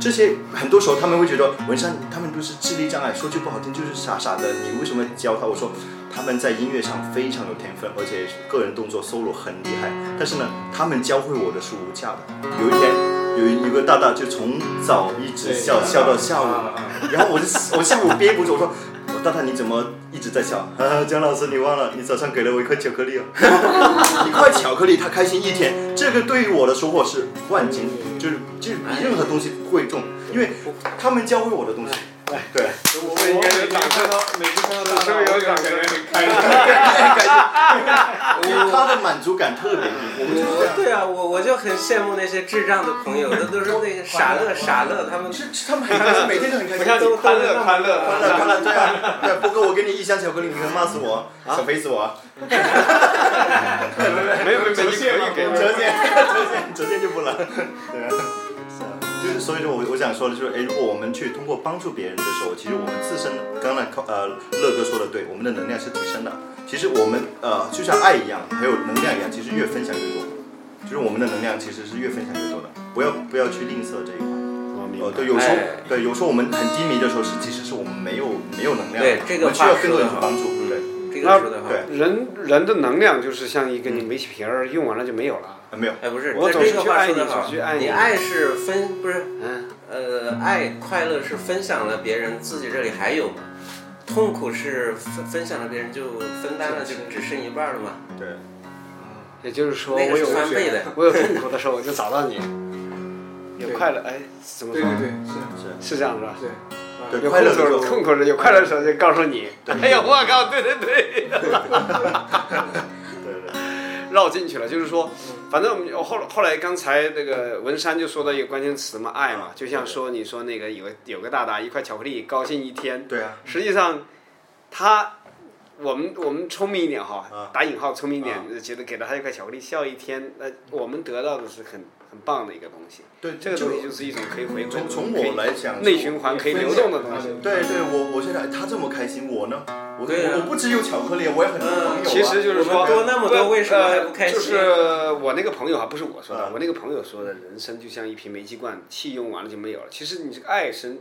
E: 这些很多时候他们会觉得文山他们都是智力障碍，说句不好听就是傻傻的，你为什么教他？我说他们在音乐上非常有天分，而且个人动作 solo 很厉害，但是呢，他们教会我的是无价的。有一天。有一有个大大就从早一直笑笑到下午，
A: 啊
E: 然后我就我下午憋不住，我说我大大你怎么一直在笑？啊，姜老师你忘了，你早上给了我一块巧克 力哦，一块巧克力他开心一天，这个对于我的收获是万金，就是就是比任何东西贵重，因为他们教会我的东西。对，
A: 我们应该有掌声哦，每次看到大家有掌声，很开心。
E: 他的满足感特别低，我们就是这
C: 我
E: 样。
C: 对啊，我我就很羡慕那些智障的朋友，那都是那个 傻乐傻乐，他们
E: 是是他们很开心，每天都很开心。
C: 都
B: 欢乐欢乐
E: 当然当然，对啊，对啊，波哥，我给你一箱巧克力，你能骂死我，小肥死我啊。
A: 没有没有，折现嘛，
E: 折现，折现，折现就 不能。对啊，是啊，就是所以说我我想说的就是，哎，如果我们去通过帮助别人的时候，其实我们自身，刚才呃乐哥说的对，我们的能量是提升的。其实我们呃就像爱一样，还有能量一样，其实越分享越多，就是我们的能量其实是越分享越多的，不要不要去吝啬这一块。哦，对，有时候
C: 哎
E: 对，有时候我们很低迷的时候是，其实是我们没有没有能量的，
C: 对这个
E: 我们需要
C: 话
E: 更多人
C: 说得
E: 去
C: 好嗯
E: 帮助，对，
C: 这个
B: 啊
C: 说的好。
E: 对
B: 人人的能量就是像一个你煤气瓶儿，用完了就没有了。
E: 啊没有，
C: 哎，不是，
B: 我
C: 这
B: 总是
C: 这个
B: 去
C: 话
B: 爱
C: 说
B: 你
C: 的好
B: 总去爱，你
C: 你爱是分不是
B: 嗯，
C: 呃，爱快乐是分享了别人，自己这里还有吗？痛苦是分分享了别人就分担了，就只剩一半了嘛。
E: 对，
B: 也就是说
C: 那
B: 我
C: 个
B: 有
C: 是翻倍的。
B: 我有痛苦的时候我就找到你，有快乐哎怎么
A: 对
B: 说？
A: 对对，是
E: 是，
B: 是这样是吧？
A: 对。
E: 对，
B: 有
E: 快
B: 空
E: 乐
B: 的
E: 的
B: 时
E: 时
B: 候
E: 候，
B: 痛苦的时候有快乐的时候就告诉你。哎呦我靠，对对对，
E: 对对对。
B: 绕进去了，就是说，反正我们后后来刚才那个文山就说到一个关键词嘛，爱嘛，就像说你说那个有个有个大大一块巧克力高兴一天，
E: 对啊，
B: 实际上，他，我们我们聪明一点哈
E: 啊，
B: 打引号聪明一点，觉得给了他一块巧克力，笑一天，那我们得到的是很很棒的一个东西。
E: 对，
B: 这个
E: 就
B: 东西就是一种可以回归
E: 从
B: 的，
E: 从
B: 可以
E: 我来讲，
B: 内循环可以流动的东西。
E: 对对，我我现在他这么开心，我呢，我
C: 对啊
E: 我我不只有巧克力，我也很多朋友啊。
B: 嗯其实就是
C: 我
B: 说，
C: 们多那么多为什么还不开心
B: 呃就是我那个朋友啊，不是我说的
E: 啊，
B: 我那个朋友说的，人生就像一瓶煤气罐，气用完了就没有了。其实你这个爱是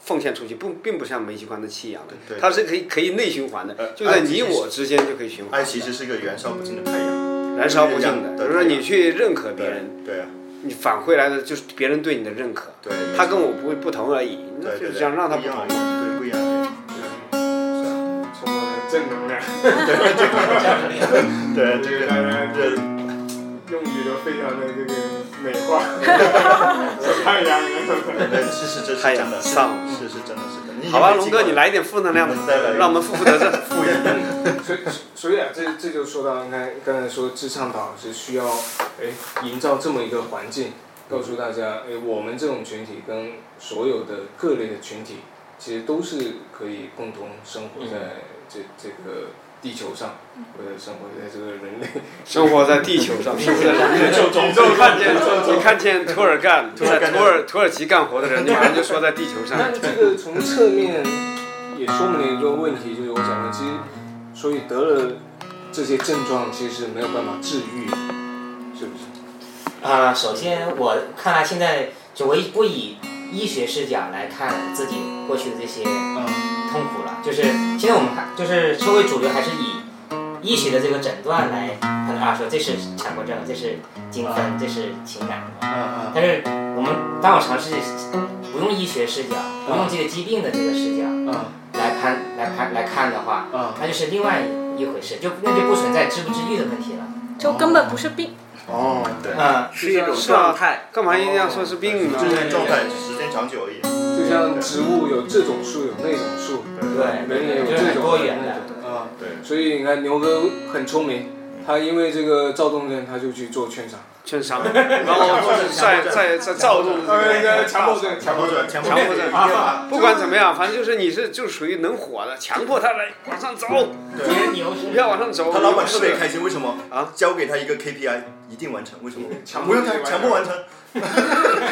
B: 奉献出去，不并不像煤气罐的气一样的
E: 对，对
B: 它是可以可以内循环的
E: 呃，
B: 就在
E: 爱其
B: 你
E: 实是
B: 我之间就可以循环的。
E: 爱其实是一个燃烧不尽的太阳。
B: 燃烧不尽的，
E: 对
B: 就是说你去认可别人，
E: 对啊，
B: 你返回来的就是别人对你的认可，
E: 对，
B: 他跟我不不同而已，那
E: 对
B: 就
E: 对
B: 是
E: 对，
B: 想让他
E: 不
B: 不
E: 一样而
B: 同
E: 已，。对不一样而已，对，是啊，
A: 充满了正能量，
E: 对这
A: 这
E: 个
A: 个大家
E: 这
A: 用语都非常的这个美化，小太阳一样。
E: 对，是是这是
B: 太
E: 真的，
B: 阳
E: 是
B: 上
E: 是是真的是真的。
B: 好吧，龙哥，你来一点负能量吧
E: 嗯再来一，个
B: 让我们负负得正。
E: 复议，
A: 所以所以啊，这这就说到刚才刚才说智倡导是需要哎营造这么一个环境，告诉大家哎我们这种群体跟所有的各类的群体，其实都是可以共同生活在这、这个地球上，或者生活在这个人类
B: 生活在地球
E: 嗯
B: 上，生活在
D: 啊
B: 人宙中，你看见你看见土耳 干
E: 土耳
B: 在
E: 干嗯
B: 土耳土耳其干活的人，你马上就说在地球上。
A: 但这个从侧面也说明了一个问题，就是我讲的，其实所以得了这些症状，其实没有办法治愈，是不是？
D: 啊、首先我看来现在就我不以医学视角来看自己过去的这些
A: 嗯，
D: 痛苦了，就是现在我们看，就是社会主流还是以医学的这个诊断来判断啊，说这是强迫症，这是精分，这是情感。
E: 嗯
D: 但是我们当我尝试不用医学视角，不用这个疾病的这个视角
A: 嗯
D: 来判来判来看的话，
A: 嗯，
D: 那就是另外一回事，就那就不存在治不治愈的问题了。
F: 就根本不是病。
A: 哦，
E: 对
D: 嗯，
C: 是一种
B: 是啊
C: 状态，
B: 干嘛一定要说是 病呢
E: 就？是状态时间长久而已。
A: 就像植物有这种树，有那种树，
D: 对，
A: 人也有
D: 就是
A: 这
D: 很
A: 种
D: 多
A: 有
D: 元
A: 那
D: 的。
A: 种啊。
E: 对，
A: 所以你看牛哥很聪明，他因为这个躁动症，他就去做券商，
B: 券 商，然后在在在躁动这个。
A: 个强迫症，
E: 哎强迫症，强
B: 强迫症
E: 一定要
B: 不管怎么样，反正就是你是就属于能火的，强迫他来往上走，
E: 对。
D: 牛
B: 股票往上走。
E: 他老板
B: 是
E: 特别开心，为什么？
B: 啊，
E: 交给他一个 KPI，一定完成，为什么？
A: 强
E: 不
A: 迫
E: 用
A: 自己
E: 他
A: 完成
E: 强迫 完成，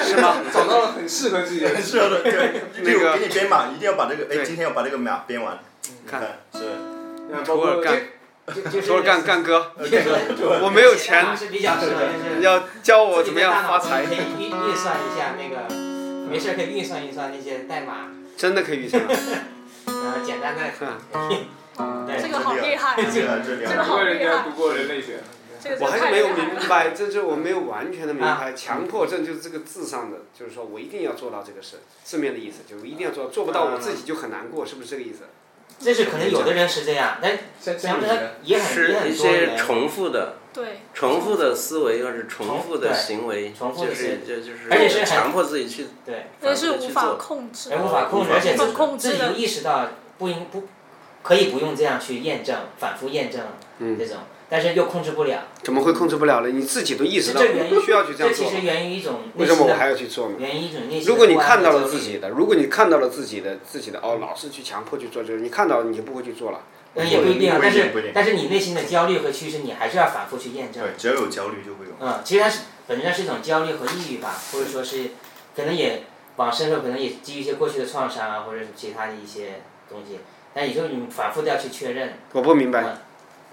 B: 是吗？
A: 找到了很适合自己的。
E: 是的，对，
B: 那个
E: 就给你编码，一定要把这个，哎，
B: 对
E: 今天要把这个码编完，
B: 看
E: 你看是，
A: 那包括
B: 干
A: 这
D: 就就是
B: 说干干哥，
D: 就是
B: 我没有钱
D: 是比较适合就是
B: 要教我怎么样发财
D: 自，己的大脑可以运运算一下那个，没事儿可以运算一算那些代码，
B: 真的可以预测。
D: 然后简单的，
B: 嗯
D: 对，
F: 这个好厉害啊！
E: 这 个这
F: 这个
E: 个
F: 好
A: 因为
F: 厉
A: 人家
F: 害
A: 读过人类学，
F: 这个
B: 我
F: 真
B: 还
F: 的
B: 是
F: 太
B: 没
F: 厉
B: 有
F: 害了
B: 明白，这就是我没有完全的明白。
D: 啊
B: 强迫症就是这个字上的，就是说我一定要做到这个事，字面的意思就是我一定要做到，做不到我自己就很难过，是不是这个意思？
D: 这是可能有的人是这样，但
A: 像
D: 想
A: 像
D: 不
A: 你
D: 到
A: 呢？
D: 也很
C: 是
D: 也
C: 一
D: 很多
C: 些
D: 人
C: 重复的、
F: 对，
C: 重复的思维或者重复的
D: 对
C: 行为，
D: 重复的
C: 就
D: 行为
C: 是就就是
D: 而且是很
C: 强迫自己去，
D: 对，
F: 但是无法控制
D: 哎人。无法控制，而且
F: 无法控制
D: 自
F: 的
D: 己就意识到不应不可以不用这样去验证，反复验证
B: 嗯
D: 这种，但是又控制不了，
B: 怎么会控制不了呢？你自己都意识到
D: 这原因
B: 需要去这样
D: 其
B: 做，
D: 实源于一种内
B: 为什么
D: 心
B: 我
D: 的，
B: 还要去做呢？
D: 源于一种内心的
B: 如果你
D: 不安
B: 看到
D: 和
B: 了
D: 焦虑
B: 自己的，如果你看到了自己的自己的哦，老是去强迫去做这个，你看到了你就不会去做了。
D: 嗯，也不一定啊，
E: 不一
D: 但
E: 定
D: 是
E: 不一定
D: 但是你内心的焦虑和趋势，你还是要反复去验证
E: 对。，只要有焦虑就会有。
D: 嗯，其实它是本质上是一种焦虑和抑郁吧，或者说是可能也往深了，可能也基于一些过去的创伤啊，或者是其他的一些东西。但也就是你反复的要去确认。
B: 我不明白
D: 嗯，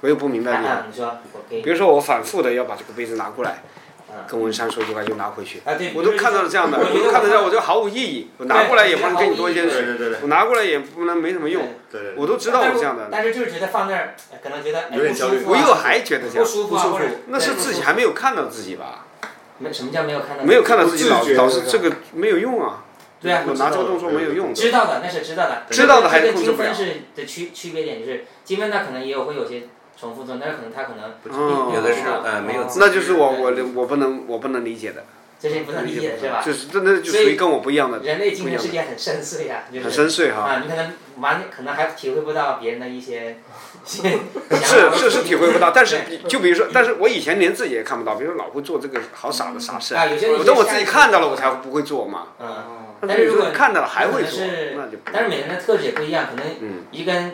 B: 我又不明白
D: 啊
B: 你。
D: 啊，你说我可以
B: 比如说我反复的要把这个杯子拿过来
D: 嗯，
B: 跟文山说句话就拿回去，
D: 啊，对，
B: 我都看到了这样的，
D: 我觉得
B: 我都看到这样，我就毫无意义。我拿过来也不能跟你多一件
E: 对
B: 事，
E: 对对对
B: 我拿过来也不能没什么
D: 对
B: 用，
E: 对对。
B: 我都知道我这样的，
D: 但是就是觉得放那儿，呃可能觉得哎
E: 有点
D: 不舒
E: 焦虑
D: 服
B: 我
D: 啊
B: 又还觉得这
D: 不
B: 样，
D: 舒服
A: 不
D: 啊，
A: 舒服
D: 或者
B: 那是自己还没有看到自己吧？
D: 没什么叫没有看到，
B: 没有看到自己，
A: 不自
B: 老
A: 觉
B: 老
A: 的
B: 是
A: 是吧
B: 这个没有用啊。
D: 对啊
B: 我拿这个动作没有用的。
D: 知道的那是知道的，
B: 知道的还
D: 这
B: 是
D: 个
B: 控制
D: 精
B: 不了
D: 分是的区区别点就是精分，它可能也有会有些重复作用，但是可能它可能
B: 嗯，
C: 有的是呃没有自
B: 那就是我我我不能我不能理解的，
D: 这些不能理解的是吧？
B: 就是真的就属于跟我不一样的，
D: 人类精神世界很深邃呀、就是
B: 很深邃哈。
D: 啊，你可能完可能还体会不到别人的一些， 一些
B: 是是是体会不到，但是比就比如说，但是我以前连自己也看不到，比如说老会做这个好傻的傻事，
D: 啊，有些
B: 我等我自己看到了，我才不会做嘛。
D: 嗯，但
B: 但是
D: 是如果
B: 看到了还会
D: 可
B: 做
D: 能是，
B: 那就不
D: 但是每个人的特质也不一样，可能
B: 嗯
D: 一跟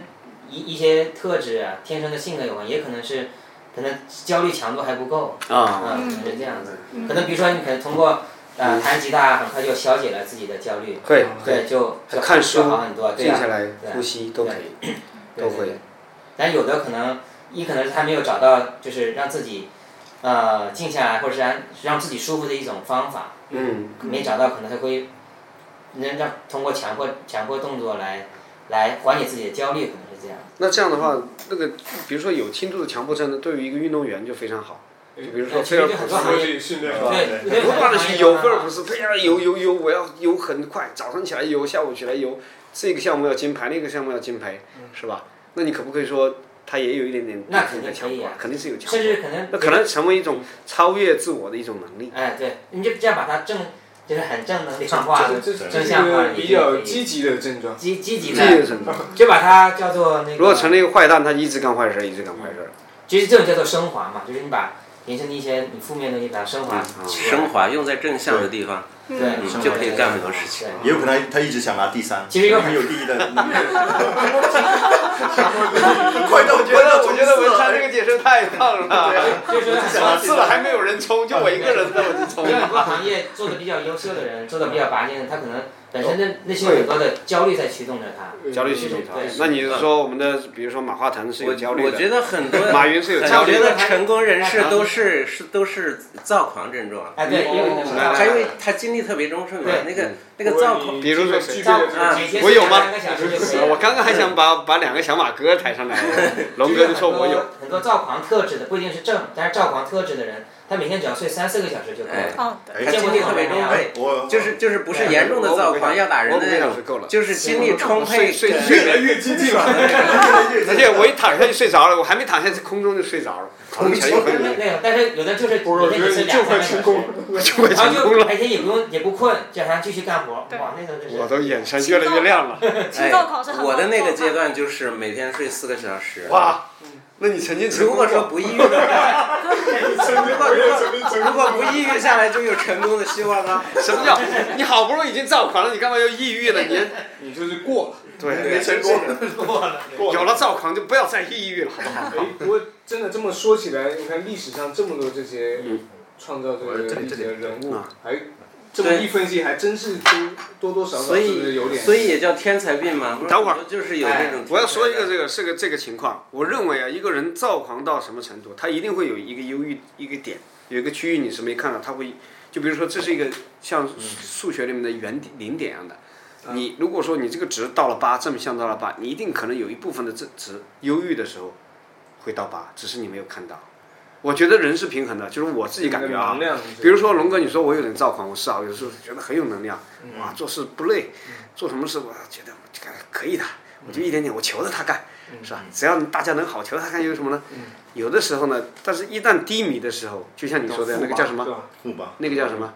D: 一一些特质、啊、天生的性格有关，也可能是可能焦虑强度还不够，
B: 啊，
D: 啊，
F: 嗯
D: 可能是这样子。
F: 嗯
D: 可能比如说你可能通过呃
B: 嗯
D: 弹吉他，很快就消解了自己的焦虑，
B: 会
D: 对，就就
B: 嗯看
D: 就
B: 书
D: 好很多，啊对
B: 静
D: 呀、
B: 下来呼吸都可以，
D: 对
B: 都
D: 对
B: 会
D: 对。但有的可能，一可能是他没有找到，就是让自己，呃，静下来，或者是让让自己舒服的一种方法，
B: 嗯，
D: 没找到，可能他会，人家通过强迫强迫动作来来缓解自己的焦虑，可能是这样。
B: 那这样的话，那个比如说有轻度的强迫症的，对于一个运动员就非常好，就比如说
D: 呃
B: 菲尔
D: 其实就
B: 普
D: 很
B: 斯
D: 多。行
A: 说
D: 业
A: 自己训练
E: 吧
D: 对，对
B: 不断的去游，菲尔普
D: 斯。
B: 斯，呸呀，游游游，我要游很快，早上起来游，下午起来游，这个项目要金牌，那个项目要金牌，是吧？那你可不可以说他也有一点点
D: 嗯那
B: 自己的
D: 肯定
B: 强
D: 可以
B: 迫
D: 啊
B: 啊？肯定是有强
D: 甚
B: 迫，
D: 至可能
B: 那可能成为一种超越自我的一种能 力。
D: 哎，对，你就这样把它正，就是很正能量化
A: 这
D: 的，
A: 这这
D: 正
A: 是
D: 向
A: 一
D: 化
A: 个
D: 的
A: 比
D: 一
A: 较
D: 个
A: 积极的症状。
D: 积积极
B: 这也
D: 的，
B: 是
D: 就把它叫做那个。
B: 如果成了一个坏蛋，他一直干坏事儿，一直干坏事儿。
D: 其实这种叫做升华嘛，就是你把人生的一些你负面的东西把它升华出来，
C: 嗯升华用在正向的地方，
D: 对
F: 嗯，
C: 你
E: 嗯
C: 就可以干很多事情。
D: 对，
E: 也有可能他一直想拿第三，
D: 其实有
E: 有有第一的。快到，
B: 这个解释太棒 了，
D: 就是说很多
E: 上次了
B: 还没有人冲，就我一个人的，我就
D: 我觉得很多行业做的比较优秀的人，做的比较拔尖的，他可能本身的内心有很多的焦虑在驱动着他。
B: 焦虑系统
D: 对，
B: 那你是说我们的，比如说马化腾是有焦虑
C: 我
B: 的
C: 觉，得很多
B: 马云是有
C: 很
B: 焦
C: 多
B: 虑
D: 的
C: 的成功人士都是是都是躁狂症状，
D: 哎，对，因为你知道
C: 他因为他精力特别充沛嘛
D: 对，
C: 那
B: 嗯
C: 个那个躁狂，
A: 你
B: 比如说
A: 具备
D: 到
A: 这个
C: 啊
D: 每天
B: 我有吗
D: 两 个小时就可以了
B: 呃我刚刚还想把把两个小马哥抬上 来，龙哥就说我有，
D: 很多躁狂特质的，不一定是正，但是躁狂特质的人，他每天只要睡三四个小时就可以了。
F: 哦，对，
E: 哎
C: 他
D: 见过
C: 精力
D: 这种
C: 特别
D: 人
C: 充
D: 呀
C: 沛，
E: 我
C: 就是就是不是严重的躁狂要打人
B: 我
C: 的
B: 五个
C: 那
B: 小
C: 种，
B: 时够了，
C: 就是精力充沛
B: 睡
C: 跟
B: 睡
A: 越来越激进了。
B: 而且我一躺下就睡着了，我还没躺下，在空中就睡着了，空起来啊就
D: 那
B: 很
D: 那种，但是有的就是
A: 我
D: 每
A: 觉
D: 天只
A: 得
D: 睡
A: 你
D: 两
A: 就快
D: 三个小
A: 成
D: 时
A: 功。了。
B: 就会
D: 然
B: 成
D: 后
B: 功
D: 就
B: 了，
D: 白天也不用也不困，就还继续干活，
F: 对
D: 哇，那种真是
B: 我都眼神越来越亮了，
F: 期高考是很
C: 哎我的那个
F: 好
C: 阶段就是每天睡四个小时。
B: 哇，那你曾经成
C: 如
B: 功
C: 果
B: 过
C: 说不抑郁的 话，如果如果如果不抑郁下来，就有成功的希望了。
B: 什么叫你好不容易已经躁狂了，你干嘛要抑郁了？你
A: 你就是过了。
B: 对，
E: 没成功，
A: 过了
B: 有了躁狂就不要再抑郁了，好不好？
A: 哎，不过真的这么
B: 嗯
A: 说起来，你看历史上这么多这些创造这个
E: 这
A: 历
E: 里
A: 史的人物
B: 啊，
A: 还这么一分析，还真是多多多少少
C: 所
A: 是不是
C: 以
A: 有点？
C: 所以也叫天才病吗？
B: 等会儿
C: 就是有这种。
B: 哎我要说一个这个这个这个情况，我认为啊，一个人躁狂到什么程度，他一定会有一个忧郁一个点，有一个区域你是没看到，他会就比如说这是一个像数学里面的原点零点一样的，你如果说你这个值到了八，正向到了八，你一定可能有一部分的这值忧郁的时候会到八，只是你没有看到。我觉得人是平衡的，就是我自己感觉啊
A: 能，量，
B: 比如说龙哥，你说我有点躁狂，我是啊，有时候觉得很有能量，哇，做事不累，做什么事我觉得这个可以的，我就一点点，我求着他干，是吧？只要大家能好，求着他干有什么呢？有的时候呢，但是一旦低迷的时候，就像你说的那个叫什么？
A: 么？
E: 木吧，
B: 那个叫什么？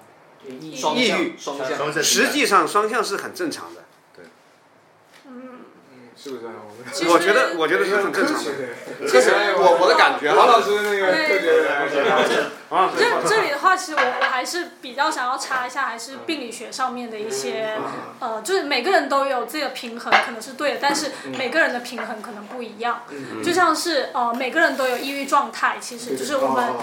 D: 抑
A: 双
B: 抑
A: 向
B: 郁
A: 双
D: 双
A: 向
E: 双向
B: 实际上双向是很正常的，
A: 是不是啊？我们
F: 其实
B: 我觉得我觉得是很正常的。
A: 的
B: 这是我我的感觉
A: 王
B: 啊。
A: 老师那个科学的，
B: 王老师，
F: 这这里的话，其实我我还是比较想要查一下，还是病理学上面的一些，呃，就是每个人都有自己的平衡，可能是对的，但是每个人的平衡可能不一样。就像是呃，每个人都有抑郁状态，其实就是我
A: 哦
F: 们，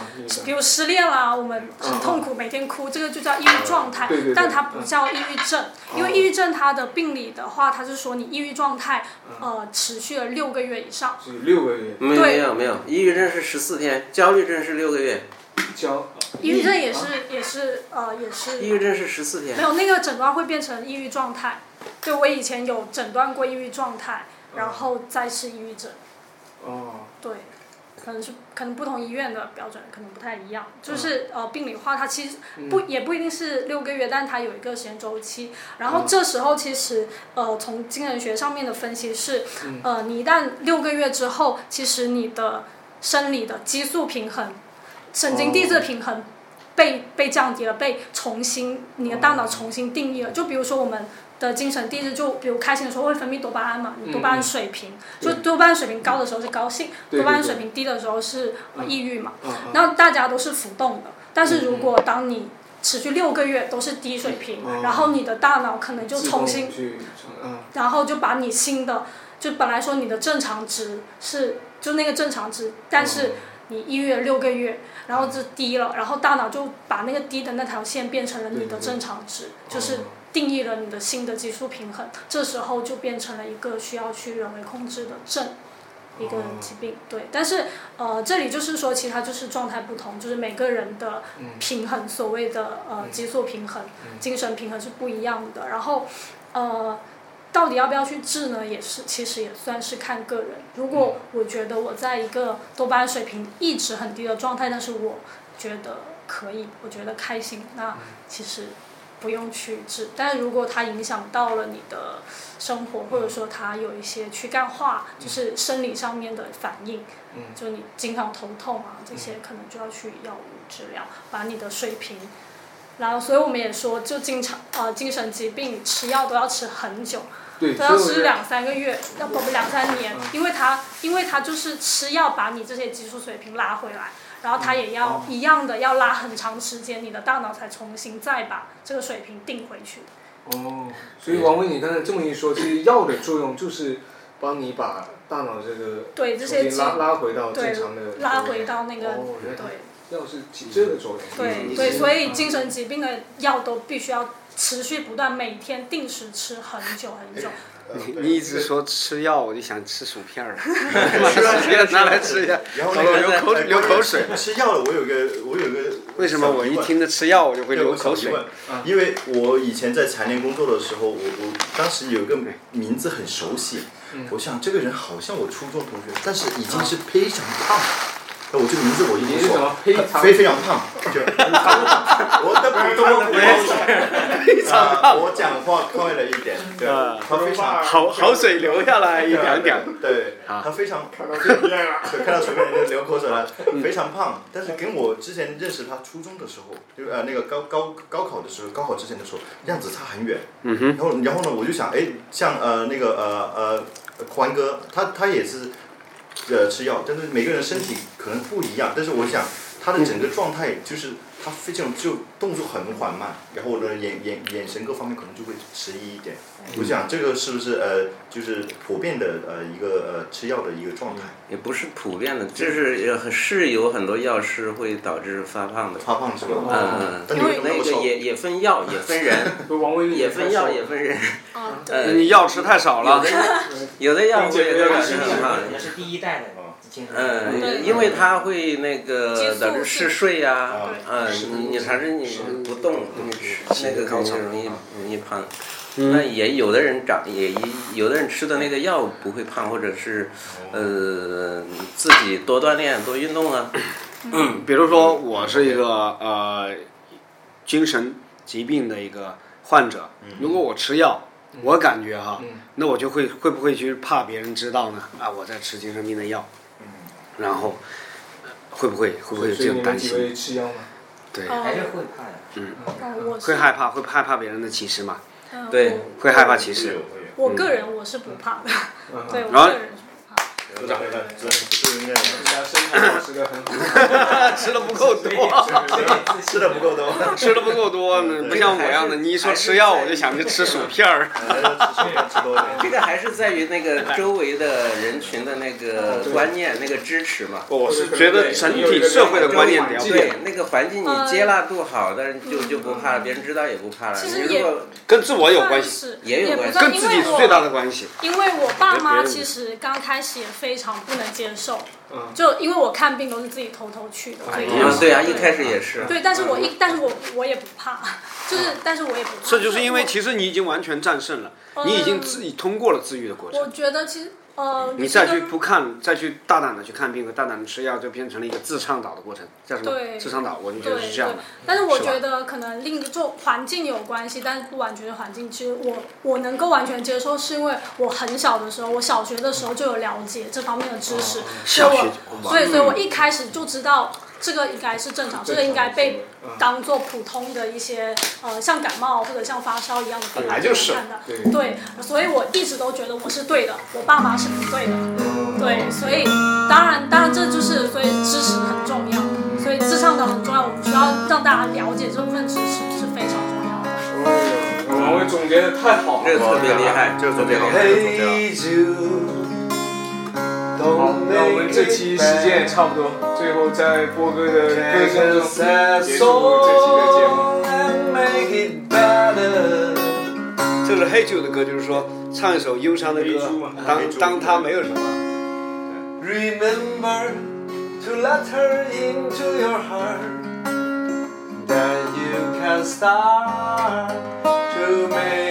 F: 比如失恋啦，我们很痛苦，每天哭，这个就叫抑郁状态
A: 对对对，嗯
F: 但它不叫抑郁症，因为抑郁症它的病理的话，它是说你抑郁状态呃持续了六个月以上。
A: 是六个月
C: 没有
F: 对
C: 没有没有，抑郁症是十四天，焦虑症是六个月，
A: 交，
F: 抑郁症也是也是呃也是
C: 抑郁症是十四天
F: 没。有那个诊断会变成抑郁状态。对我以前有诊断过抑郁状态，然后再是抑郁症。
A: 哦，
F: 对，可能是可能不同医院的标准可能不太一样，就是、呃病理化它其实不、也不一定是六个月，但它有一个时间周期。然后这时候其实呃从精神学上面的分析是，呃你一旦六个月之后，其实你的生理的激素平衡、神经递质的平衡。被被降低了，被重新你的大脑重新定义了。就比如说我们的精神递质，就比如开心的时候会分泌多巴胺嘛，你多巴胺水平，就多巴胺水平高的时候是高兴，
A: 对
F: 多巴胺
A: 对对
F: 水平低的时候是呃抑郁嘛。
A: 嗯
F: 那大家都是浮动的，但是如果当你持续六个月都是低水平，
A: 嗯
F: 然后你的大脑可能就重新，
A: 去，嗯，
F: 然后就把你新的，就本来说你的正常值是就那个正常值，但是你抑郁了六个月，然后就低了，然后大脑就把那个低的那条线变成了你的正常值，就是
A: 哦
F: 定义了你的新的激素平衡，这时候就变成了一个需要去人为控制的症。一
A: 哦
F: 个疾病，对，但是呃，这里就是说，其实它就是状态不同，就是每个人的平衡，所谓的呃激素平衡、精神平衡是不一样的。然后呃，到底要不要去治呢？也是，其实也算是看个人。如果我觉得我在一个多巴胺水平一直很低的状态，但是我觉得可以，我觉得开心，那其实不用去治。但如果它影响到了你的生活，或者说它有一些躯干化，
A: 嗯
F: 就是生理上面的反应，就你经常头痛啊这些，可能就要去药物治疗，把你的水平然后，所以我们也说，就经常呃精神疾病吃药都要吃很久，
A: 对，
F: 都要吃两三个月，要不两三
A: 嗯
F: 年，因为它因为它就是吃药把你这些激素水平拉回来，然后它也
A: 哦
F: 要一样的要拉很长时间，你的大脑才重新再把这个水平定回去。
A: 哦，所以王威，你刚才这么一说，其实药的作用就是帮你把大脑这个
F: 对这些
A: 重新
F: 激
A: 拉拉回到
F: 对
A: 正常的，
F: 拉回到那个、
A: 哦原来
F: 对。
A: 药是起这个作用，
F: 对
C: 嗯
F: 对，
C: 嗯
F: 所以精神疾病的药都必须要持续不断，每天定时吃很久很久。
B: 你啊你一直说吃药，我就想吃薯片 儿了，把薯 片拿来吃一下，
E: 然后
B: 好了，流口流口水。
E: 吃药了，我有一个，我有一个。
B: 为什么我一听着吃药我就会
E: 对
B: 流
E: 我
B: 口
E: 想提
B: 水？
E: 问，因为我以前在残联工作的时候，我我当时有一个名字很熟悉，我想这个人好像我初中同学，但是已经是非常胖。那我这个名字我已经
A: 你是什么非常
E: 非非常胖，就我的普通话非常胖，啊我讲话快了一点，对，
B: 啊
E: 他非常
B: 好好水流下来一点点。
E: 对，他非常
G: 看到这边了，嗯
E: 对，看到随便人就流口水 了，非常胖。但是跟我之前认识他初中的时候，就呃那个高高高考的时候，高考之前的时候，样子差很远。嗯哼。然后然后呢，我就想，哎，像呃那个呃呃宽哥，他他也是呃吃药，但是每个人身体可能不一样，但是我想他的整个状态就是他非这种就动作很缓慢，然后呢眼眼眼神各方面可能就会迟疑一点。
G: 嗯
E: 我想这个是不是呃就是普遍的呃一个呃吃药的一个状态，
C: 也不是普遍的，这是呃是有很多药是会导致发胖的。
E: 发胖是吧？
C: 嗯，
E: 但
F: 因为
E: 你
C: 那
E: 那么
C: 个
E: 瘦，
C: 也也分药，也分人，
A: 王威
C: 也分药，也分人。
F: 啊，对，
C: 嗯，
B: 你药吃太少
C: 有
B: 了
C: 的，人有的药会
A: 对
C: 导
A: 对
C: 致
A: 对
C: 很胖。
D: 那是第一代的精神病，
C: 嗯，
F: 对
C: 因为它会那个
F: 激素
C: 导致嗜睡呀
E: 对，
C: 嗯，你你尝试你不动，那个可能就容易容易胖。那也有的人长也一有的人吃的那个药不会胖，或者是呃自己多锻炼多运动啊，
B: 比如说我是一个呃精神疾病的一个患者，如果我吃药，我感觉哈，那我就会会不会去怕别人知道呢？啊，我在吃精神病的药，然后呃会不会会不会有
A: 所以你
B: 这种
A: 们
B: 担
A: 几
B: 心？
A: 位吃药吗？
B: 对，
D: 还是
F: 哦，
D: 会怕的。
F: 哦我是
B: 会害怕会害怕别人的歧视嘛？
F: 嗯
C: 对
B: 会害怕歧视。
F: 我我个人我是不怕的，
A: 嗯
F: 对我
B: 嗯然后
F: 个人是不怕的。
E: 组长，这不应该
A: 大家身材保持的很 好，
B: 吃的不够多，
E: 吃的不够多，
B: 吃的不够多，不像我一样的，你一说吃药我就想去吃薯片儿。
E: 吃多点。
C: 这个还是在于那个周围的人群的那个观念、那个支持嘛。
B: 我是觉得整体社会的观念比较
A: 对
C: 对，那个环境你接纳度好，但是就就不怕了，别人知道也不怕了。
F: 嗯其实
C: 你
F: 也
C: 如果
B: 跟自我有关系，
F: 系
C: 也有
F: 也
C: 关
F: 不
C: 系
F: 算
B: 跟
F: 因
B: 自己
F: 为
B: 是
F: 我
B: 最大的关系。
F: 因为我爸妈
B: 人嗯
F: 其实刚开始也非常不能接受，就因为我看病都是自己偷偷去的，所以
C: 啊，对啊，一开始也是。
F: 对，但是我一，但是我我也不怕，就是，但是我也不怕。
B: 嗯这就是因为
F: 我
B: 其实你已经完全战胜了，你已经自己通过了治愈的过
F: 我
B: 程。
F: 觉得其实呃，
B: 你
F: 这
B: 再
F: 个
B: 去不看，再去大胆的去看病和大胆的吃药，就变成了一个自倡导的过程，叫什么？
F: 对
B: 自倡导，我就觉
F: 对
B: 得是这样
F: 对
B: 的。，
F: 但是我
B: 是吧
F: 觉得可能另就环境有关系，但是不完全是环境。其实我我能够完全接受，是因为我很小的时候，我小学的时候就有了解这方面的知识，所
B: 哦小
F: 以
B: 学
F: 我所以所以我一开始就知道这个应该是正常，这个应该被
A: 嗯
F: 当做普通的一些呃像感冒或者像发烧一样的病
B: 本
F: 来
B: 来就是
F: 看的。对，所以我一直都觉得我是对的，我爸妈是不对的。对，所以当然，当然这就是所以知识很重要，所以智商的很重要，我们需要让大家了解这份知识是非常重要的。
A: 王威总结的太好
C: 这个
A: 了。
C: 特别厉害，
E: 这个特别好
G: 陪酒，
A: 好，
G: 懂
A: 那我们这期时间也差不多，最后在波哥的歌声中结束这期的节目。
B: 这是黑酒的歌，就是说唱一首忧伤的
A: 黑
B: 歌
A: 猪啊嘛，
E: 黑
B: 当
E: 猪
B: 当他没有什么。
G: Remember to let her into your heart. Then you can start to make